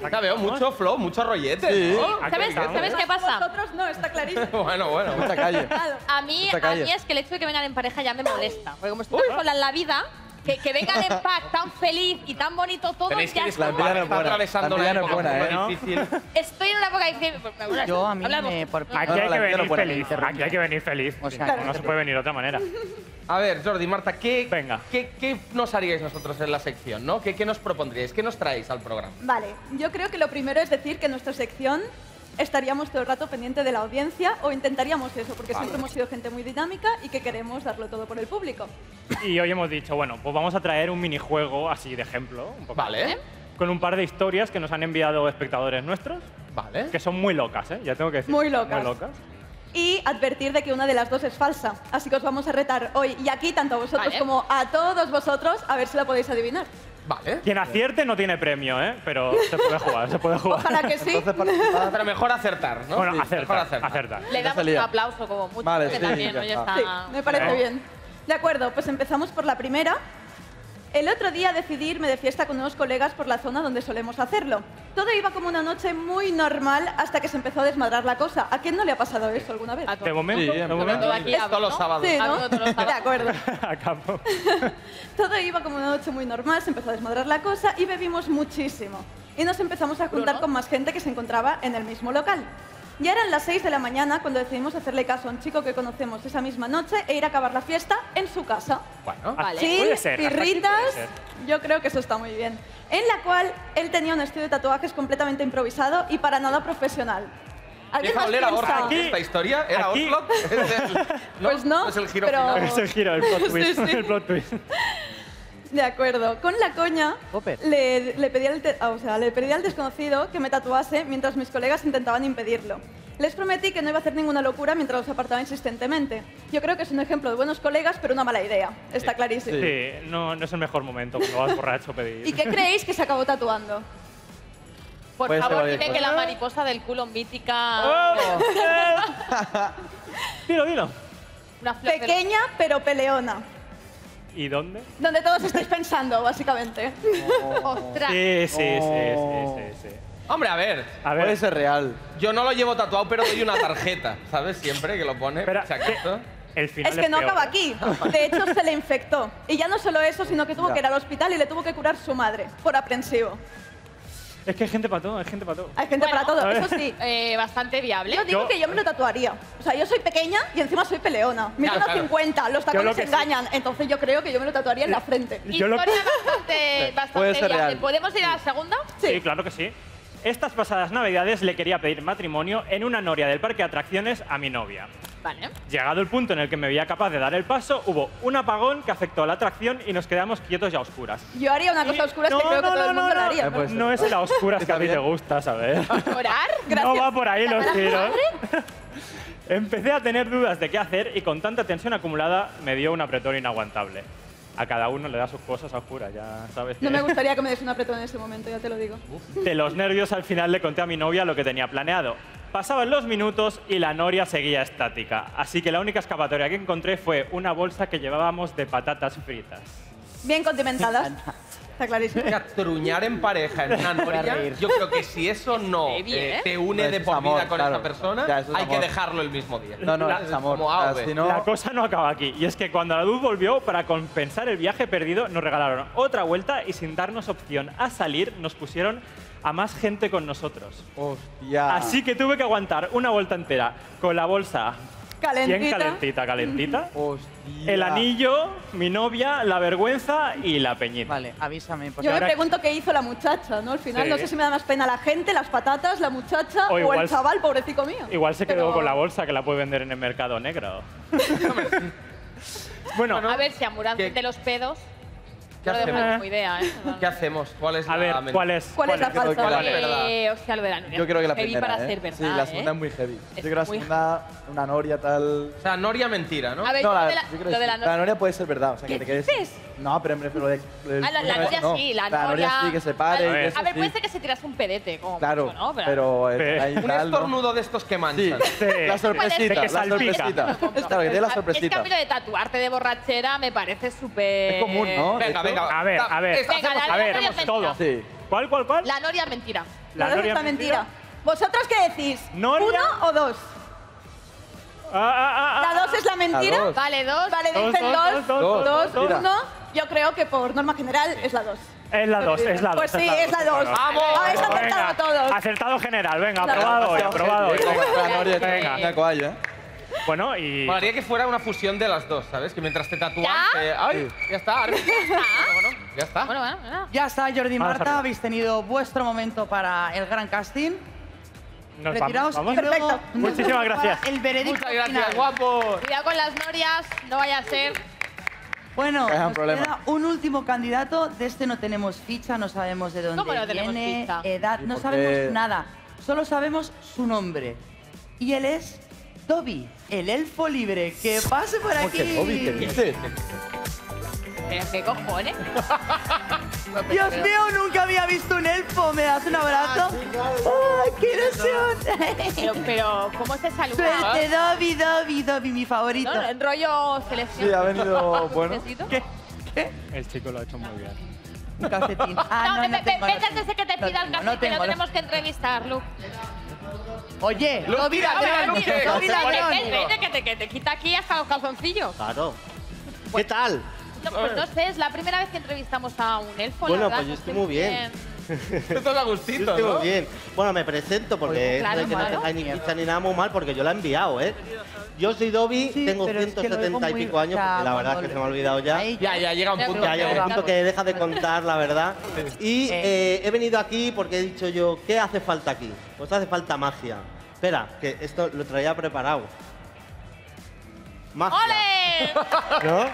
Speaker 3: Pues veo mucho flow, mucho rollete,
Speaker 13: Sí.
Speaker 3: ¿no?
Speaker 13: Aquí
Speaker 2: ¿Sabes, ¿Sabes qué pasa? Vosotros no, está clarísimo.
Speaker 3: Bueno, bueno.
Speaker 17: Mucha calle.
Speaker 2: A mí,
Speaker 17: Esta
Speaker 2: a
Speaker 17: calle.
Speaker 2: mí es que el hecho de que vengan en pareja ya me molesta. Porque como estoy tan sola en la vida, que, que vengan en pack tan feliz y tan bonito todo,
Speaker 3: Tenéis que
Speaker 2: ya
Speaker 17: La
Speaker 3: disculpar,
Speaker 17: vida no es
Speaker 3: está
Speaker 17: buena,
Speaker 3: atravesando
Speaker 17: la vida
Speaker 3: una
Speaker 17: no es
Speaker 3: época
Speaker 17: buena,
Speaker 3: muy
Speaker 17: ¿eh? ¿No?
Speaker 3: difícil.
Speaker 2: estoy en una época difícil. Pues, me-
Speaker 13: Yo a mí
Speaker 2: hablamos.
Speaker 13: me... Por...
Speaker 2: Aquí
Speaker 3: hay que venir feliz,
Speaker 8: Aquí hay que venir feliz. no se puede venir de otra manera.
Speaker 3: A ver, Jordi, Marta, ¿qué, ¿qué, qué nos haríais nosotros en la sección? ¿no? ¿Qué, ¿Qué nos propondríais? ¿Qué nos traéis al programa?
Speaker 18: Vale, yo creo que lo primero es decir que en nuestra sección estaríamos todo el rato pendiente de la audiencia o intentaríamos eso, porque
Speaker 8: Vale.
Speaker 18: siempre hemos sido gente muy dinámica y que queremos darlo todo por el público.
Speaker 8: Y hoy hemos dicho, bueno, pues vamos a traer un minijuego así de ejemplo. Un poco,
Speaker 3: Vale.
Speaker 8: Con un par de historias que nos han enviado espectadores nuestros.
Speaker 3: Vale.
Speaker 8: Que son muy locas, ¿eh? Ya tengo que decir.
Speaker 18: Muy locas.
Speaker 8: Muy locas.
Speaker 18: Y advertir de que una de las dos es falsa, así que os vamos a retar hoy y aquí, tanto a vosotros
Speaker 8: Vale.
Speaker 18: como a todos vosotros, a ver si la podéis adivinar.
Speaker 3: Vale.
Speaker 8: Quien acierte no tiene premio, ¿eh? Pero se puede jugar, se puede jugar.
Speaker 18: Ojalá que sí. Entonces,
Speaker 3: Pero mejor acertar, ¿no?
Speaker 8: Bueno,
Speaker 3: Sí,
Speaker 8: acertar,
Speaker 3: mejor acertar.
Speaker 2: Le damos un aplauso como mucho,
Speaker 3: Vale,
Speaker 2: que
Speaker 3: sí,
Speaker 2: también,
Speaker 3: ya
Speaker 2: ¿no? Ya
Speaker 3: está.
Speaker 2: está.
Speaker 18: Sí, me parece
Speaker 2: Claro.
Speaker 18: bien. De acuerdo, pues empezamos por la primera. El otro día decidí irme de fiesta con unos colegas por la zona donde solemos hacerlo. Todo iba como una noche muy normal hasta que se empezó a desmadrar la cosa. ¿A quién no le ha pasado eso alguna vez?
Speaker 8: De momento, de momento.
Speaker 18: Todo aquí hablo,
Speaker 3: Todos los
Speaker 18: ¿no?
Speaker 3: sábados.
Speaker 18: Sí, ¿no? De acuerdo.
Speaker 8: Acabo.
Speaker 18: Todo iba como una noche muy normal, se empezó a desmadrar la cosa y bebimos muchísimo. Y nos empezamos a juntar con más gente que se encontraba en el mismo local. Ya eran las 6 de la mañana cuando decidimos hacerle caso a un chico que conocemos esa misma noche e ir a acabar la fiesta en su casa.
Speaker 8: Bueno,
Speaker 18: Sí,
Speaker 8: puede ser. hasta aquí puede
Speaker 18: pirritas.
Speaker 8: ser.
Speaker 18: Yo creo que eso está muy bien. En la cual él tenía un estudio de tatuajes completamente improvisado y para nada profesional. ¿Alguien
Speaker 3: Empieza a
Speaker 18: más
Speaker 3: oler a
Speaker 18: piensa?
Speaker 3: Orlok esta historia. ¿Era
Speaker 18: Aquí-
Speaker 3: Orlok? Es el-
Speaker 18: Pues no,
Speaker 3: Es el giro
Speaker 18: pero-
Speaker 3: final.
Speaker 18: Es el giro, el plot Sí, twist, sí. el plot
Speaker 8: twist.
Speaker 18: De acuerdo. Con la coña,
Speaker 13: Popper.
Speaker 18: le, le pedí al te- ah, o sea, le pedí al desconocido que me tatuase mientras mis colegas intentaban impedirlo. Les prometí que no iba a hacer ninguna locura mientras los apartaba insistentemente. Yo creo que es un ejemplo de buenos colegas, pero una mala idea. Está clarísimo.
Speaker 8: Sí, no, no es el mejor momento cuando vas borracho a pedir.
Speaker 18: ¿Y qué creéis que se acabó tatuando?
Speaker 2: Por
Speaker 8: Puede ser
Speaker 2: favor,
Speaker 8: varias
Speaker 2: dime que
Speaker 8: cosas.
Speaker 2: la mariposa del culo mítica.
Speaker 8: Dilo, dilo.
Speaker 18: Una Pequeña, pero peleona.
Speaker 8: ¿Y dónde?
Speaker 18: Donde todos estáis pensando, básicamente.
Speaker 2: Ostras.
Speaker 8: Sí, sí,
Speaker 3: Oh.
Speaker 8: sí, sí, sí, sí.
Speaker 3: Hombre, a ver,
Speaker 10: puede
Speaker 3: ser real. Yo no lo llevo tatuado, pero doy una tarjeta, ¿sabes? Siempre que lo pone. por si acaso.
Speaker 8: El
Speaker 18: Es que no
Speaker 8: ¿eh?
Speaker 18: acaba aquí. De hecho, se le infectó. Y ya no solo eso, sino que tuvo
Speaker 8: Ya.
Speaker 18: que ir al hospital y le tuvo que curar su madre, por aprensivo.
Speaker 8: Es que hay gente para todo, hay gente para todo.
Speaker 18: Hay gente para todo,
Speaker 8: a ver.
Speaker 18: eso sí.
Speaker 2: Eh, bastante viable.
Speaker 18: Yo digo
Speaker 8: Yo-
Speaker 18: que yo me lo tatuaría. O sea, yo soy pequeña y encima soy peleona. Mido
Speaker 8: Claro,
Speaker 18: unos
Speaker 8: claro.
Speaker 18: 50, los
Speaker 8: Yo lo
Speaker 18: tacones
Speaker 8: que Eh,
Speaker 18: engañan. Entonces yo creo que yo me lo tatuaría en la frente.
Speaker 8: Yo lo-
Speaker 2: Historia bastante, bastante
Speaker 8: Puede ser
Speaker 2: viable.
Speaker 8: real.
Speaker 2: ¿Podemos ir a la segunda?
Speaker 8: Sí. claro que sí. Estas pasadas navidades le quería pedir matrimonio en una noria del parque de atracciones a mi novia.
Speaker 2: Vale.
Speaker 8: Llegado el punto en el que me veía capaz de dar el paso, hubo un apagón que afectó a la atracción y nos quedamos quietos y a oscuras.
Speaker 18: Yo haría una cosa oscura es que creo que todo el mundo lo haría.
Speaker 8: no, Eh, no es la oscuras que a ti te gusta, ¿sabes?
Speaker 18: ¿Orar?
Speaker 8: No va por ahí los
Speaker 18: ¿Tatar a tu
Speaker 8: tiros.
Speaker 18: madre?
Speaker 8: Empecé a tener dudas de qué hacer y con tanta tensión acumulada me dio un apretón inaguantable. A cada uno le da sus cosas a oscuras, ya sabes.
Speaker 18: No
Speaker 8: que-
Speaker 18: me gustaría que me des un apretón en ese momento, ya te lo digo.
Speaker 8: De los nervios al final le conté a mi novia lo que tenía planeado. Pasaban los minutos y la noria seguía estática, así que la única escapatoria que encontré fue una bolsa que llevábamos de patatas fritas.
Speaker 18: Bien condimentadas. Está clarísimo.
Speaker 3: Que Truñar en pareja, en una noria, yo creo que si eso no
Speaker 18: Qué bien,
Speaker 3: eh,
Speaker 18: ¿eh?
Speaker 3: te une
Speaker 18: No, eso
Speaker 3: de
Speaker 18: es
Speaker 3: por vida
Speaker 18: amor,
Speaker 3: con
Speaker 18: claro.
Speaker 3: esa persona,
Speaker 18: Ya, eso es
Speaker 3: hay que
Speaker 18: amor.
Speaker 3: dejarlo el mismo día.
Speaker 8: La-
Speaker 3: Es como
Speaker 18: Ah,
Speaker 3: auge.
Speaker 8: La cosa no acaba aquí, y es que cuando la luz volvió, para compensar el viaje perdido, nos regalaron otra vuelta y sin darnos opción a salir, nos pusieron a más gente con nosotros.
Speaker 17: Hostia.
Speaker 8: Así que tuve que aguantar una vuelta entera con la bolsa bien
Speaker 18: Calentita.
Speaker 8: calentita, calentita.
Speaker 17: Hostia.
Speaker 8: El anillo, mi novia, la vergüenza y la peñita.
Speaker 13: Vale, avísame.
Speaker 18: Yo me pregunto qué hizo la muchacha, ¿no? Al final,
Speaker 8: Sí.
Speaker 18: no sé si me da más pena la gente, las patatas, la muchacha
Speaker 8: O
Speaker 18: o,
Speaker 8: igual-
Speaker 18: el chaval, pobrecito mío.
Speaker 8: Igual se quedó
Speaker 18: Pero-
Speaker 8: con la bolsa que la puede vender en el mercado negro. bueno,
Speaker 2: a ver si Amurán de los pedos.
Speaker 3: ¿Qué
Speaker 2: No lo dejo
Speaker 3: hacemos?
Speaker 2: como idea, ¿eh?
Speaker 3: ¿Qué hacemos? ¿Cuál es a ver,
Speaker 8: ¿cuál es?
Speaker 2: ¿Cuál es la
Speaker 3: Yo creo que
Speaker 2: falsa?
Speaker 3: la verdad.
Speaker 2: Eh, o sea, lo de la noria.
Speaker 17: Yo creo que la
Speaker 2: Heavy
Speaker 17: primera,
Speaker 2: para
Speaker 17: ¿eh?
Speaker 2: ser verdad,
Speaker 17: Sí, la
Speaker 2: ¿eh?
Speaker 17: segunda es muy heavy. Yo
Speaker 2: Es
Speaker 17: creo que la
Speaker 2: muy-
Speaker 17: segunda, una noria tal...
Speaker 3: O sea, noria mentira, ¿no?
Speaker 2: A ver,
Speaker 17: No,
Speaker 2: yo
Speaker 17: la,
Speaker 2: de la-
Speaker 17: yo creo que
Speaker 2: lo de
Speaker 17: sí.
Speaker 2: la nor-
Speaker 17: la noria puede ser verdad, o sea, que
Speaker 2: ¿Qué
Speaker 17: te quedes...
Speaker 2: dices?
Speaker 17: No, pero en prefiero de... de-
Speaker 2: Ah, la, la
Speaker 17: no,
Speaker 2: noria
Speaker 17: no.
Speaker 2: sí, la noria.
Speaker 17: La noria sí, que se pare.
Speaker 2: A
Speaker 17: que
Speaker 2: ver,
Speaker 17: eso
Speaker 2: a ver,
Speaker 17: sí.
Speaker 2: puede ser que se tirase un pedete, como
Speaker 17: Claro,
Speaker 2: mucho, ¿no?
Speaker 17: pero... eh, ahí
Speaker 3: Un
Speaker 17: tal, ¿no?
Speaker 3: estornudo de estos que manchan.
Speaker 17: Sí, la sorpresita,
Speaker 8: que
Speaker 17: la
Speaker 8: salpica.
Speaker 17: sorpresita. Claro, que tiene la
Speaker 2: Es que a
Speaker 17: sorpresita.
Speaker 2: mí lo de tatuarte de borrachera me parece súper...
Speaker 3: Venga, venga.
Speaker 8: A ver, a ver,
Speaker 2: Venga, la
Speaker 8: a
Speaker 2: noria
Speaker 8: ver,
Speaker 2: mentira.
Speaker 8: todo. ¿Cuál, cuál, cuál?
Speaker 2: La noria mentira.
Speaker 8: La
Speaker 18: Pero
Speaker 8: noria
Speaker 18: es una mentira. ¿Vosotros qué decís?
Speaker 8: Noria.
Speaker 18: ¿Uno o dos?
Speaker 8: Ah,
Speaker 18: ¿La dos es la mentira?
Speaker 8: La dos.
Speaker 2: Vale, dos.
Speaker 18: Vale,
Speaker 8: ah. Dos,
Speaker 18: dicen
Speaker 8: dos,
Speaker 18: dos,
Speaker 8: dos, dos,
Speaker 18: dos,
Speaker 8: dos, dos.
Speaker 18: uno. Yo creo que por norma general es la dos.
Speaker 8: Es la dos, es la dos.
Speaker 18: Pues sí, es la dos.
Speaker 8: dos.
Speaker 18: ¡Vamos! Habéis acertado
Speaker 8: Venga,
Speaker 18: todos.
Speaker 8: Acertado general, venga,
Speaker 18: La
Speaker 8: aprobado
Speaker 3: dos.
Speaker 8: hoy, aprobado hoy.
Speaker 3: La noria es
Speaker 8: Venga.
Speaker 3: una
Speaker 8: eh.
Speaker 17: ¿eh?
Speaker 8: Bueno, y...
Speaker 3: Molaría que fuera una fusión de las dos, ¿sabes? Que mientras te tatúas,
Speaker 13: ¿Ya?
Speaker 3: eh, ¡ay! Ya está, ahora- Bueno, ya está.
Speaker 2: Bueno, bueno, bueno.
Speaker 13: Ya está, Jordi y
Speaker 3: Vamos
Speaker 13: Marta,
Speaker 3: arriba.
Speaker 13: habéis tenido vuestro momento para el gran casting.
Speaker 8: Nos
Speaker 13: Retiraos
Speaker 8: vamos,
Speaker 13: y
Speaker 8: vamos.
Speaker 13: luego
Speaker 8: Perfecto.
Speaker 13: nos
Speaker 8: Muchísimas
Speaker 13: vamos
Speaker 8: gracias.
Speaker 13: para El veredicto
Speaker 3: Muchas gracias,
Speaker 13: final.
Speaker 3: guapo.
Speaker 2: Cuidado con las norias, no vaya a ser...
Speaker 13: Bueno,
Speaker 2: Que hagan
Speaker 13: nos
Speaker 2: problemas.
Speaker 13: queda un último candidato. De este no tenemos ficha, no sabemos de dónde
Speaker 2: ¿Cómo no tenemos
Speaker 13: viene,
Speaker 2: ficha?
Speaker 13: edad, no
Speaker 2: por
Speaker 13: sabemos
Speaker 2: qué?
Speaker 13: nada. Solo sabemos su nombre. Y él es Dobby, el elfo libre. Que pase por
Speaker 17: ¿Cómo
Speaker 13: aquí.
Speaker 17: que Dobby? ¿Qué dices?
Speaker 2: Pero, ¿Qué cojones?
Speaker 13: Dios mío, nunca había visto un elfo. ¿Me das un abrazo? ¡Ay, qué ilusión!
Speaker 2: Pero, pero, ¿cómo se saluda?
Speaker 13: Suerte, Dobby, Dobby, Dobby, mi favorito.
Speaker 2: No, no, en rollo selección.
Speaker 13: Sí, ha venido bueno.
Speaker 2: ¿Necesito?
Speaker 8: El chico lo ha hecho muy bien.
Speaker 13: Un calcetín.
Speaker 2: no,
Speaker 13: Ah, no,
Speaker 2: ve-
Speaker 13: no,
Speaker 2: ve-
Speaker 13: tengo, no
Speaker 2: vete antes de que te
Speaker 13: No
Speaker 2: pidan
Speaker 13: tengo,
Speaker 2: casi,
Speaker 13: no
Speaker 2: que
Speaker 13: tengo,
Speaker 2: lo
Speaker 13: no-
Speaker 2: tenemos que entrevistar, Luke.
Speaker 13: Oye,
Speaker 2: Lo
Speaker 13: Dobby
Speaker 2: tira,
Speaker 13: ladrón,
Speaker 2: venga, Luke.
Speaker 13: Dobby
Speaker 2: Vete,
Speaker 13: ladrón.
Speaker 2: vete, que te, que te quita aquí hasta los calzoncillos.
Speaker 1: Claro. ¿Qué tal?
Speaker 2: No, pues no sé, es la primera vez que entrevistamos a un elfo,
Speaker 1: Bueno,
Speaker 2: la verdad.
Speaker 1: pues yo
Speaker 2: no
Speaker 1: estoy
Speaker 2: sé
Speaker 1: muy bien.
Speaker 3: Esto es a gustito,
Speaker 1: Yo estoy
Speaker 3: ¿no?
Speaker 1: muy bien. Bueno, me presento porque
Speaker 3: Oye, claro,
Speaker 1: esto de que no
Speaker 3: claro.
Speaker 1: tengáis ni pizza ni nada muy mal, porque yo la he enviado, ¿eh? Yo soy Dobby, tengo
Speaker 3: pero es que lo
Speaker 1: 170
Speaker 3: digo
Speaker 1: y
Speaker 3: muy-
Speaker 1: pico años,
Speaker 3: ya,
Speaker 1: porque la verdad es
Speaker 3: cuando
Speaker 1: que se me ha olvidado ya.
Speaker 3: Ya, ya, llega un punto.
Speaker 1: Ya llega un punto que deja de contar, la verdad.
Speaker 3: Sí.
Speaker 1: Y eh, he venido aquí porque he dicho yo, ¿qué hace falta aquí? Pues hace falta magia. Espera, que esto lo traía preparado. Mafia, ¿no?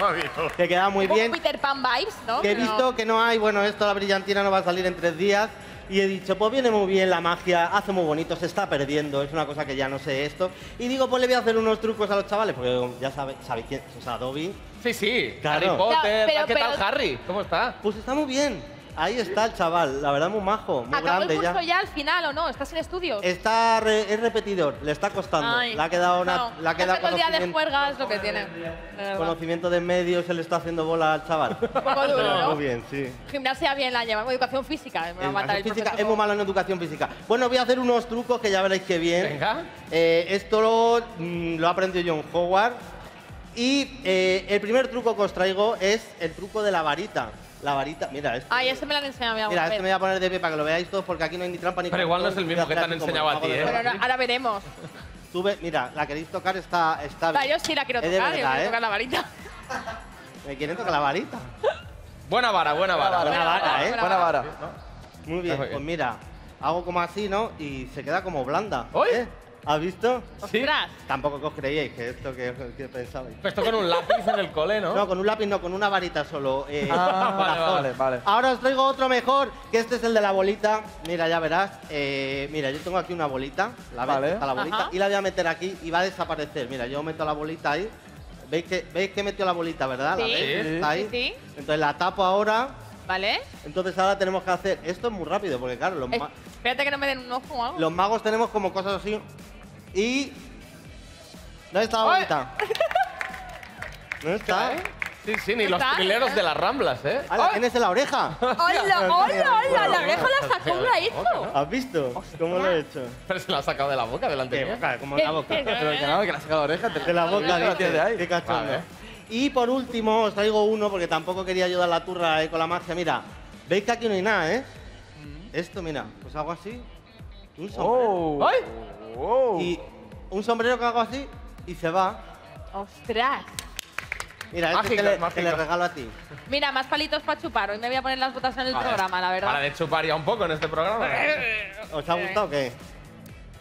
Speaker 1: Que queda muy
Speaker 2: Un poco
Speaker 1: bien.
Speaker 2: Peter Pan vibes, ¿no?
Speaker 1: Que he
Speaker 2: Pero-
Speaker 1: visto que no hay, bueno, esto la brillantina no va a salir en tres días. Y he dicho, pues viene muy bien la magia, hace muy bonito, se está perdiendo, es una cosa que ya no sé esto. Y digo, pues le voy a hacer unos trucos a los chavales, porque ya sabéis, sabéis quién es, o sea, Adobe.
Speaker 3: Sí, sí,
Speaker 1: Claro.
Speaker 3: Harry Potter,
Speaker 1: Claro, pero-
Speaker 3: ¿qué tal
Speaker 1: pero-
Speaker 3: Harry? ¿Cómo está?
Speaker 1: Pues está muy bien, ahí está el chaval, la verdad muy majo, muy
Speaker 2: ¿Acabó el
Speaker 1: grande
Speaker 2: curso
Speaker 1: ya.
Speaker 2: ya. al final o no? ¿Estás en estudios?
Speaker 1: Está, re- es repetidor, le está costando,
Speaker 2: Ay,
Speaker 1: le ha quedado una,
Speaker 2: no.
Speaker 1: le ha quedado
Speaker 2: Hacer los días de
Speaker 1: conocimiento,
Speaker 2: juerga es lo que tiene. de verdad.
Speaker 1: conocimiento de medios, se le está haciendo bola al chaval.
Speaker 2: poco duro,
Speaker 1: Pero
Speaker 2: ¿no?
Speaker 1: Muy bien, sí.
Speaker 2: Gimnasia bien la llevamos. Educación física. eh, Me va a
Speaker 1: En
Speaker 2: matar el
Speaker 1: educación física,
Speaker 2: profesor.
Speaker 1: es muy malo en educación física. Bueno, voy a hacer unos trucos que ya veréis que bien.
Speaker 3: Venga.
Speaker 1: Eh, esto lo, mm, lo aprendió John Howard. Y eh, el primer truco que os traigo es el truco de la varita. La varita, mira, esto.
Speaker 2: Ay, ese me lo han enseñado a mi abuela.
Speaker 1: Mira, este me voy a poner de pie para que lo veáis todos porque aquí no hay ni trampa ni
Speaker 3: Pero igual no es el mismo que te han enseñado a ti, ¿eh?
Speaker 2: Bueno, no, ahora veremos.
Speaker 1: Sube, mira, la queréis tocar, está, está
Speaker 2: O sea,
Speaker 1: bien.
Speaker 2: yo sí la quiero
Speaker 1: Es de
Speaker 2: tocar, yo
Speaker 1: verdad,
Speaker 2: quiero
Speaker 1: ¿eh?
Speaker 2: tocar la varita.
Speaker 1: Me quieren tocar la varita.
Speaker 3: Buena vara, buena vara.
Speaker 1: Buena vara, ¿eh? Buena vara. Muy bien,
Speaker 3: Está muy
Speaker 1: pues mira, hago como así, ¿no? Y se queda como blanda. ¿eh? ¿Has visto?
Speaker 3: Sí. Pues Ostras.
Speaker 1: Tampoco que os creíais que esto que, que pensabais.
Speaker 3: Esto con un lápiz en el cole, ¿no?
Speaker 1: No, con un lápiz no, con una varita solo. eh,
Speaker 3: Ah, vale,
Speaker 1: corazón.
Speaker 3: vale, vale.
Speaker 1: Ahora os traigo otro mejor, que este es el de la bolita. Mira, ya verás. Eh, mira, yo tengo aquí una bolita. La veis
Speaker 17: Vale.
Speaker 1: que está la bolita.
Speaker 17: Ajá.
Speaker 1: Y la voy a meter aquí y va a desaparecer. Mira, yo meto la bolita ahí. ¿Veis que, veis que metió la bolita, verdad? Ah, ¿La
Speaker 2: Sí,
Speaker 1: veis?
Speaker 2: sí,
Speaker 1: Está ahí.
Speaker 2: sí.
Speaker 1: Entonces la tapo ahora.
Speaker 2: ¿Vale?
Speaker 1: Entonces ahora tenemos que hacer. Esto es muy rápido, porque claro, los,
Speaker 2: Es-
Speaker 1: ma-
Speaker 2: Espérate que no me den un ojo o algo.
Speaker 1: los magos tenemos como cosas así. Y. ¿Dónde está la bolita? ¿No está?
Speaker 3: Sí, sí, ni los
Speaker 1: Está,
Speaker 3: trileros
Speaker 1: ¿eh?
Speaker 3: de las ramblas, ¿eh?
Speaker 1: ¡Hala, tienes en la oreja!
Speaker 2: ¡Hola, hola, hola! La oreja la sacó un hizo.
Speaker 1: ¿Has visto? ¿Cómo lo he hecho?
Speaker 3: Pero se la ha sacado de la boca delante de mí.
Speaker 1: Como la boca.
Speaker 3: Pero que
Speaker 1: nada, que la sacado de la oreja. De la boca,
Speaker 3: Ah,
Speaker 1: dice.
Speaker 3: de ahí.
Speaker 1: Qué cachondo.
Speaker 3: Vale.
Speaker 1: Y por último, os traigo uno porque tampoco quería ayudar la turra eh, con la magia. Mira, veis que aquí no hay nada, ¿eh?
Speaker 3: Mm.
Speaker 1: Esto, mira, pues hago así. Un sombrero.
Speaker 3: Oh. ¡Ay!
Speaker 1: Y un sombrero que hago así y se va.
Speaker 2: ¡Ostras!
Speaker 1: Mira, este
Speaker 3: Mágico,
Speaker 1: que le,
Speaker 3: mágico.
Speaker 1: que le regalo a ti.
Speaker 2: Mira, más palitos para chupar. Hoy me voy a poner las botas en el
Speaker 3: Vale.
Speaker 2: programa, la verdad.
Speaker 3: Para de chupar ya un poco en este programa.
Speaker 1: ¿Os ha gustado o qué?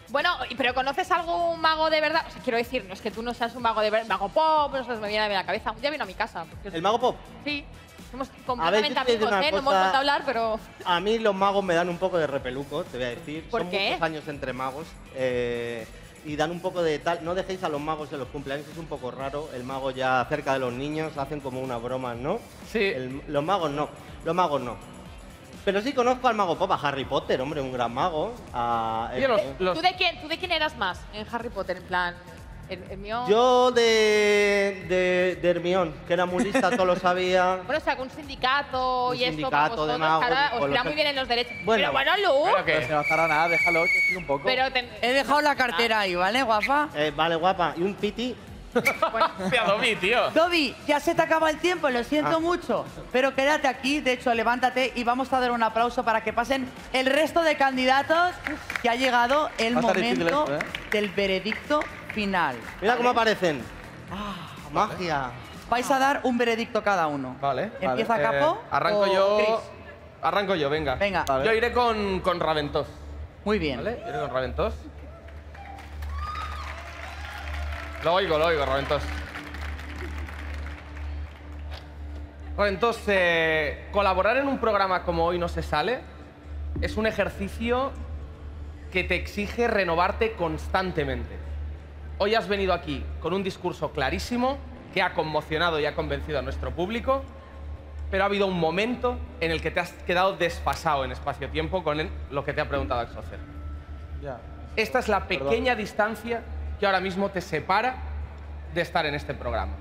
Speaker 2: Bueno, y- pero ¿conoces algún mago de verdad? O sea, quiero decir, no es que tú no seas un mago de verdad. Mago pop, no sé, me viene a la cabeza. Un día vino a mi casa. porque-
Speaker 1: ¿El mago pop?
Speaker 2: Sí. Somos
Speaker 1: yo te
Speaker 2: completamente
Speaker 1: voy a decir
Speaker 2: amigos,
Speaker 1: una
Speaker 2: ¿eh? No hemos
Speaker 1: cosa.
Speaker 2: vuelto a hablar, pero...
Speaker 1: A mí los magos me dan un poco de repeluco, te voy a decir.
Speaker 2: ¿Por
Speaker 1: Son
Speaker 2: qué?
Speaker 1: muchos años entre magos. eh, y dan un poco de tal. No dejéis a los magos en los cumpleaños, es un poco raro. El mago ya cerca de los niños, hacen como una broma, ¿no? Sí. los magos no. Los magos no. Pero sí conozco al mago pop, a Harry Potter, hombre, un gran mago. a- Eh,
Speaker 2: ¿Tú, Eh, ¿tú de quién, ¿Tú de quién eras más en Harry Potter? En plan, el, el mío...
Speaker 1: Yo de, de, de Hermión, que era muy lista, todo lo sabía.
Speaker 2: Bueno, o sea, algún sindicato
Speaker 1: Un
Speaker 2: y esto para
Speaker 1: sindicato de
Speaker 2: vosotros,
Speaker 1: magos,
Speaker 2: ahora
Speaker 1: con
Speaker 2: os irá
Speaker 1: los-
Speaker 2: muy bien en los derechos.
Speaker 1: Bueno.
Speaker 2: pero bueno, Lu,
Speaker 1: Pero que-
Speaker 17: No se va a hacer nada, déjalo que estire un poco.
Speaker 2: pero ten-
Speaker 13: He dejado la cartera ahí, ¿vale, guapa?
Speaker 1: Eh, vale, guapa. ¿Y un piti?
Speaker 3: Hostia, Domi, tío.
Speaker 13: Dobby, ya se te acaba el tiempo, lo siento
Speaker 1: Ah.
Speaker 13: mucho, pero quédate aquí, de hecho, levántate y vamos a dar un aplauso para que pasen el resto de candidatos que ha llegado el
Speaker 1: Va a estar
Speaker 13: momento
Speaker 1: difícil esto, ¿eh?
Speaker 13: del veredicto final.
Speaker 1: Mira cómo aparecen. Magia.
Speaker 13: Vais a dar un veredicto cada uno.
Speaker 3: Vale.
Speaker 13: ¿Empieza
Speaker 3: vale.
Speaker 13: Capo
Speaker 3: Eh, arranco
Speaker 13: o
Speaker 3: yo.
Speaker 13: Chris?
Speaker 3: Arranco yo, venga.
Speaker 13: Venga.
Speaker 3: Yo iré con, con Raventos.
Speaker 13: Muy bien.
Speaker 3: ¿Vale? Iré con Raventos. Lo oigo, lo oigo, Raventos. Raventos, eh, colaborar en un programa como hoy no se sale es un ejercicio que te exige renovarte constantemente. Hoy has venido aquí con un discurso clarísimo que ha conmocionado y ha convencido a nuestro público, pero ha habido un momento en el que te has quedado desfasado en espacio-tiempo con el- lo que te ha preguntado Axocer.
Speaker 17: Ya.
Speaker 3: Esta es la pequeña distancia que ahora mismo te separa de estar en este programa.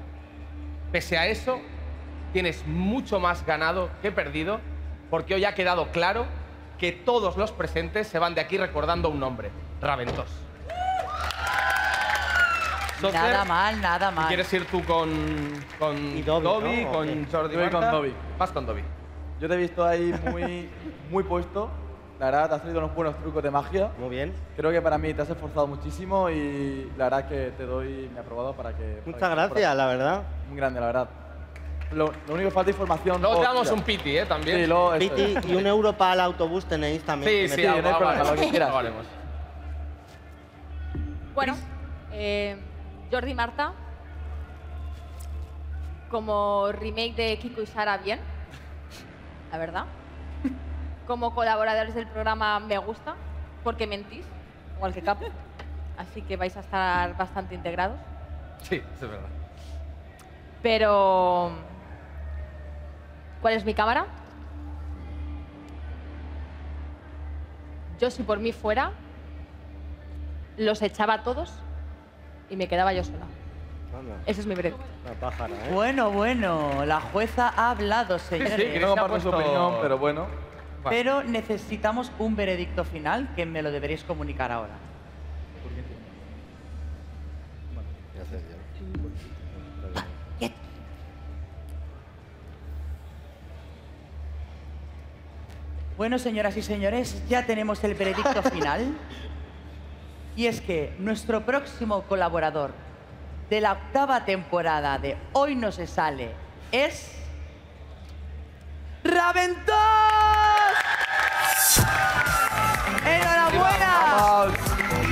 Speaker 3: Pese a eso, tienes mucho más ganado que perdido, porque hoy ha quedado claro que todos los presentes se van de aquí recordando un nombre, Raventos. Socer,
Speaker 13: Nada mal, nada
Speaker 3: si
Speaker 13: mal.
Speaker 3: ¿Quieres ir tú con, con
Speaker 17: Dobby,
Speaker 3: Dobby,
Speaker 17: ¿no? ¿O
Speaker 3: con
Speaker 17: qué?
Speaker 3: Jordi
Speaker 17: Yo voy con
Speaker 3: Marta?
Speaker 17: Dobby.
Speaker 3: Vas con Dobby.
Speaker 17: Yo te he visto ahí muy, muy puesto. La verdad, te has traído unos buenos trucos de magia.
Speaker 1: Muy bien.
Speaker 17: Creo que para mí te has esforzado muchísimo y la verdad que te doy mi aprobado para que. para
Speaker 1: Muchas
Speaker 17: que
Speaker 1: gracias, la verdad.
Speaker 17: Muy grande, la verdad. Lo, lo único que falta es información.
Speaker 3: Luego te
Speaker 17: Oh,
Speaker 3: damos
Speaker 17: ya.
Speaker 3: un piti, ¿eh? También.
Speaker 17: Sí, luego este. eso
Speaker 1: Piti
Speaker 17: es.
Speaker 1: y un euro para el autobús tenéis también.
Speaker 3: Sí, ah,
Speaker 1: que
Speaker 3: sí,
Speaker 1: meter.
Speaker 3: ahora- ahora- ahora- ahora- ahora-
Speaker 2: Bueno, eh, Jordi y Marta, como remake de Kiko y Sara, bien, la verdad. Como colaboradores del programa, me gusta, porque mentís, igual que Capo. Así que vais a estar bastante integrados.
Speaker 17: Sí, es verdad.
Speaker 2: Pero. ¿Cuál es mi cámara? Yo, si por mí fuera, los echaba a todos y me quedaba yo sola. Ese es mi veredicto.
Speaker 1: Una pájara, ¿eh?
Speaker 13: Bueno, bueno, la jueza ha hablado,
Speaker 17: Sí,
Speaker 13: señores.
Speaker 17: sí, que no comparto su opinión, pero bueno.
Speaker 13: Pero necesitamos un veredicto final que me lo deberéis comunicar ahora. Bueno, señoras y señores, ya tenemos el veredicto final. Y es que nuestro próximo colaborador de la octava temporada de Hoy no se sale es... ¡Raventos! ¡Enhorabuena!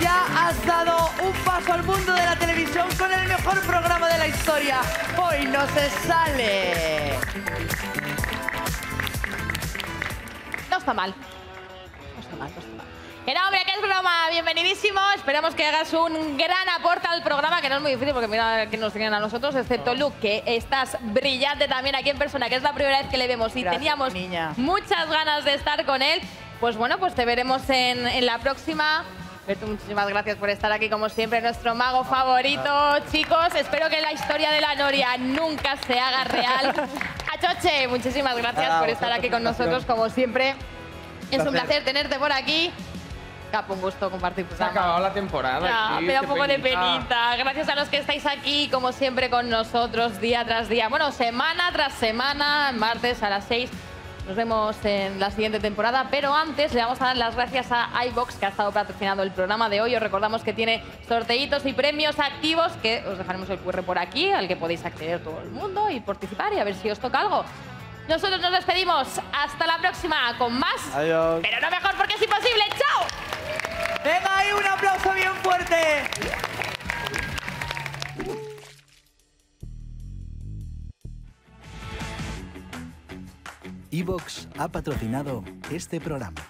Speaker 13: Ya has dado un paso al mundo de la televisión con el mejor programa de la historia. Hoy no se sale.
Speaker 2: No está mal. No está mal, no está mal. Que no, hombre, que es broma. Bienvenidísimo. Esperamos que hagas un gran aporte al programa, que no es muy difícil porque mira que nos tenían a nosotros, excepto Luke, que estás brillante también aquí en persona, que es la primera vez que le vemos y
Speaker 13: Gracias,
Speaker 2: teníamos
Speaker 13: niña.
Speaker 2: muchas ganas de estar con él. Pues bueno, pues te veremos en, en la próxima. Berto, muchísimas gracias por estar aquí, como siempre, nuestro
Speaker 13: Ah,
Speaker 2: mago favorito, chicos. Espero que la historia de la Noria nunca se haga real. Achoche, muchísimas gracias
Speaker 13: Nada,
Speaker 2: por estar
Speaker 13: vosotros,
Speaker 2: aquí con
Speaker 13: un
Speaker 2: nosotros,
Speaker 13: placer.
Speaker 2: como siempre. Es un
Speaker 13: Placer.
Speaker 2: placer tenerte por aquí. Capo, un gusto compartir
Speaker 3: Se ha
Speaker 2: programa.
Speaker 3: acabado la temporada.
Speaker 2: Ya,
Speaker 3: aquí,
Speaker 2: me da
Speaker 3: qué
Speaker 2: un poco de
Speaker 3: penita.
Speaker 2: penita. Gracias a los que estáis aquí, como siempre, con nosotros día tras día. Bueno, semana tras semana, martes a las 6. Nos vemos en la siguiente temporada, pero antes le vamos a dar las gracias a iBox que ha estado patrocinando el programa de hoy. Os recordamos que tiene sorteitos y premios activos que os dejaremos el QR por aquí, al que podéis acceder todo el mundo y participar y a ver si os toca algo. Nosotros nos despedimos. Hasta la próxima con más.
Speaker 17: Adiós.
Speaker 2: Pero no mejor porque es imposible. ¡Chao!
Speaker 13: Venga, ahí un aplauso bien fuerte.
Speaker 19: Evox ha patrocinado este programa.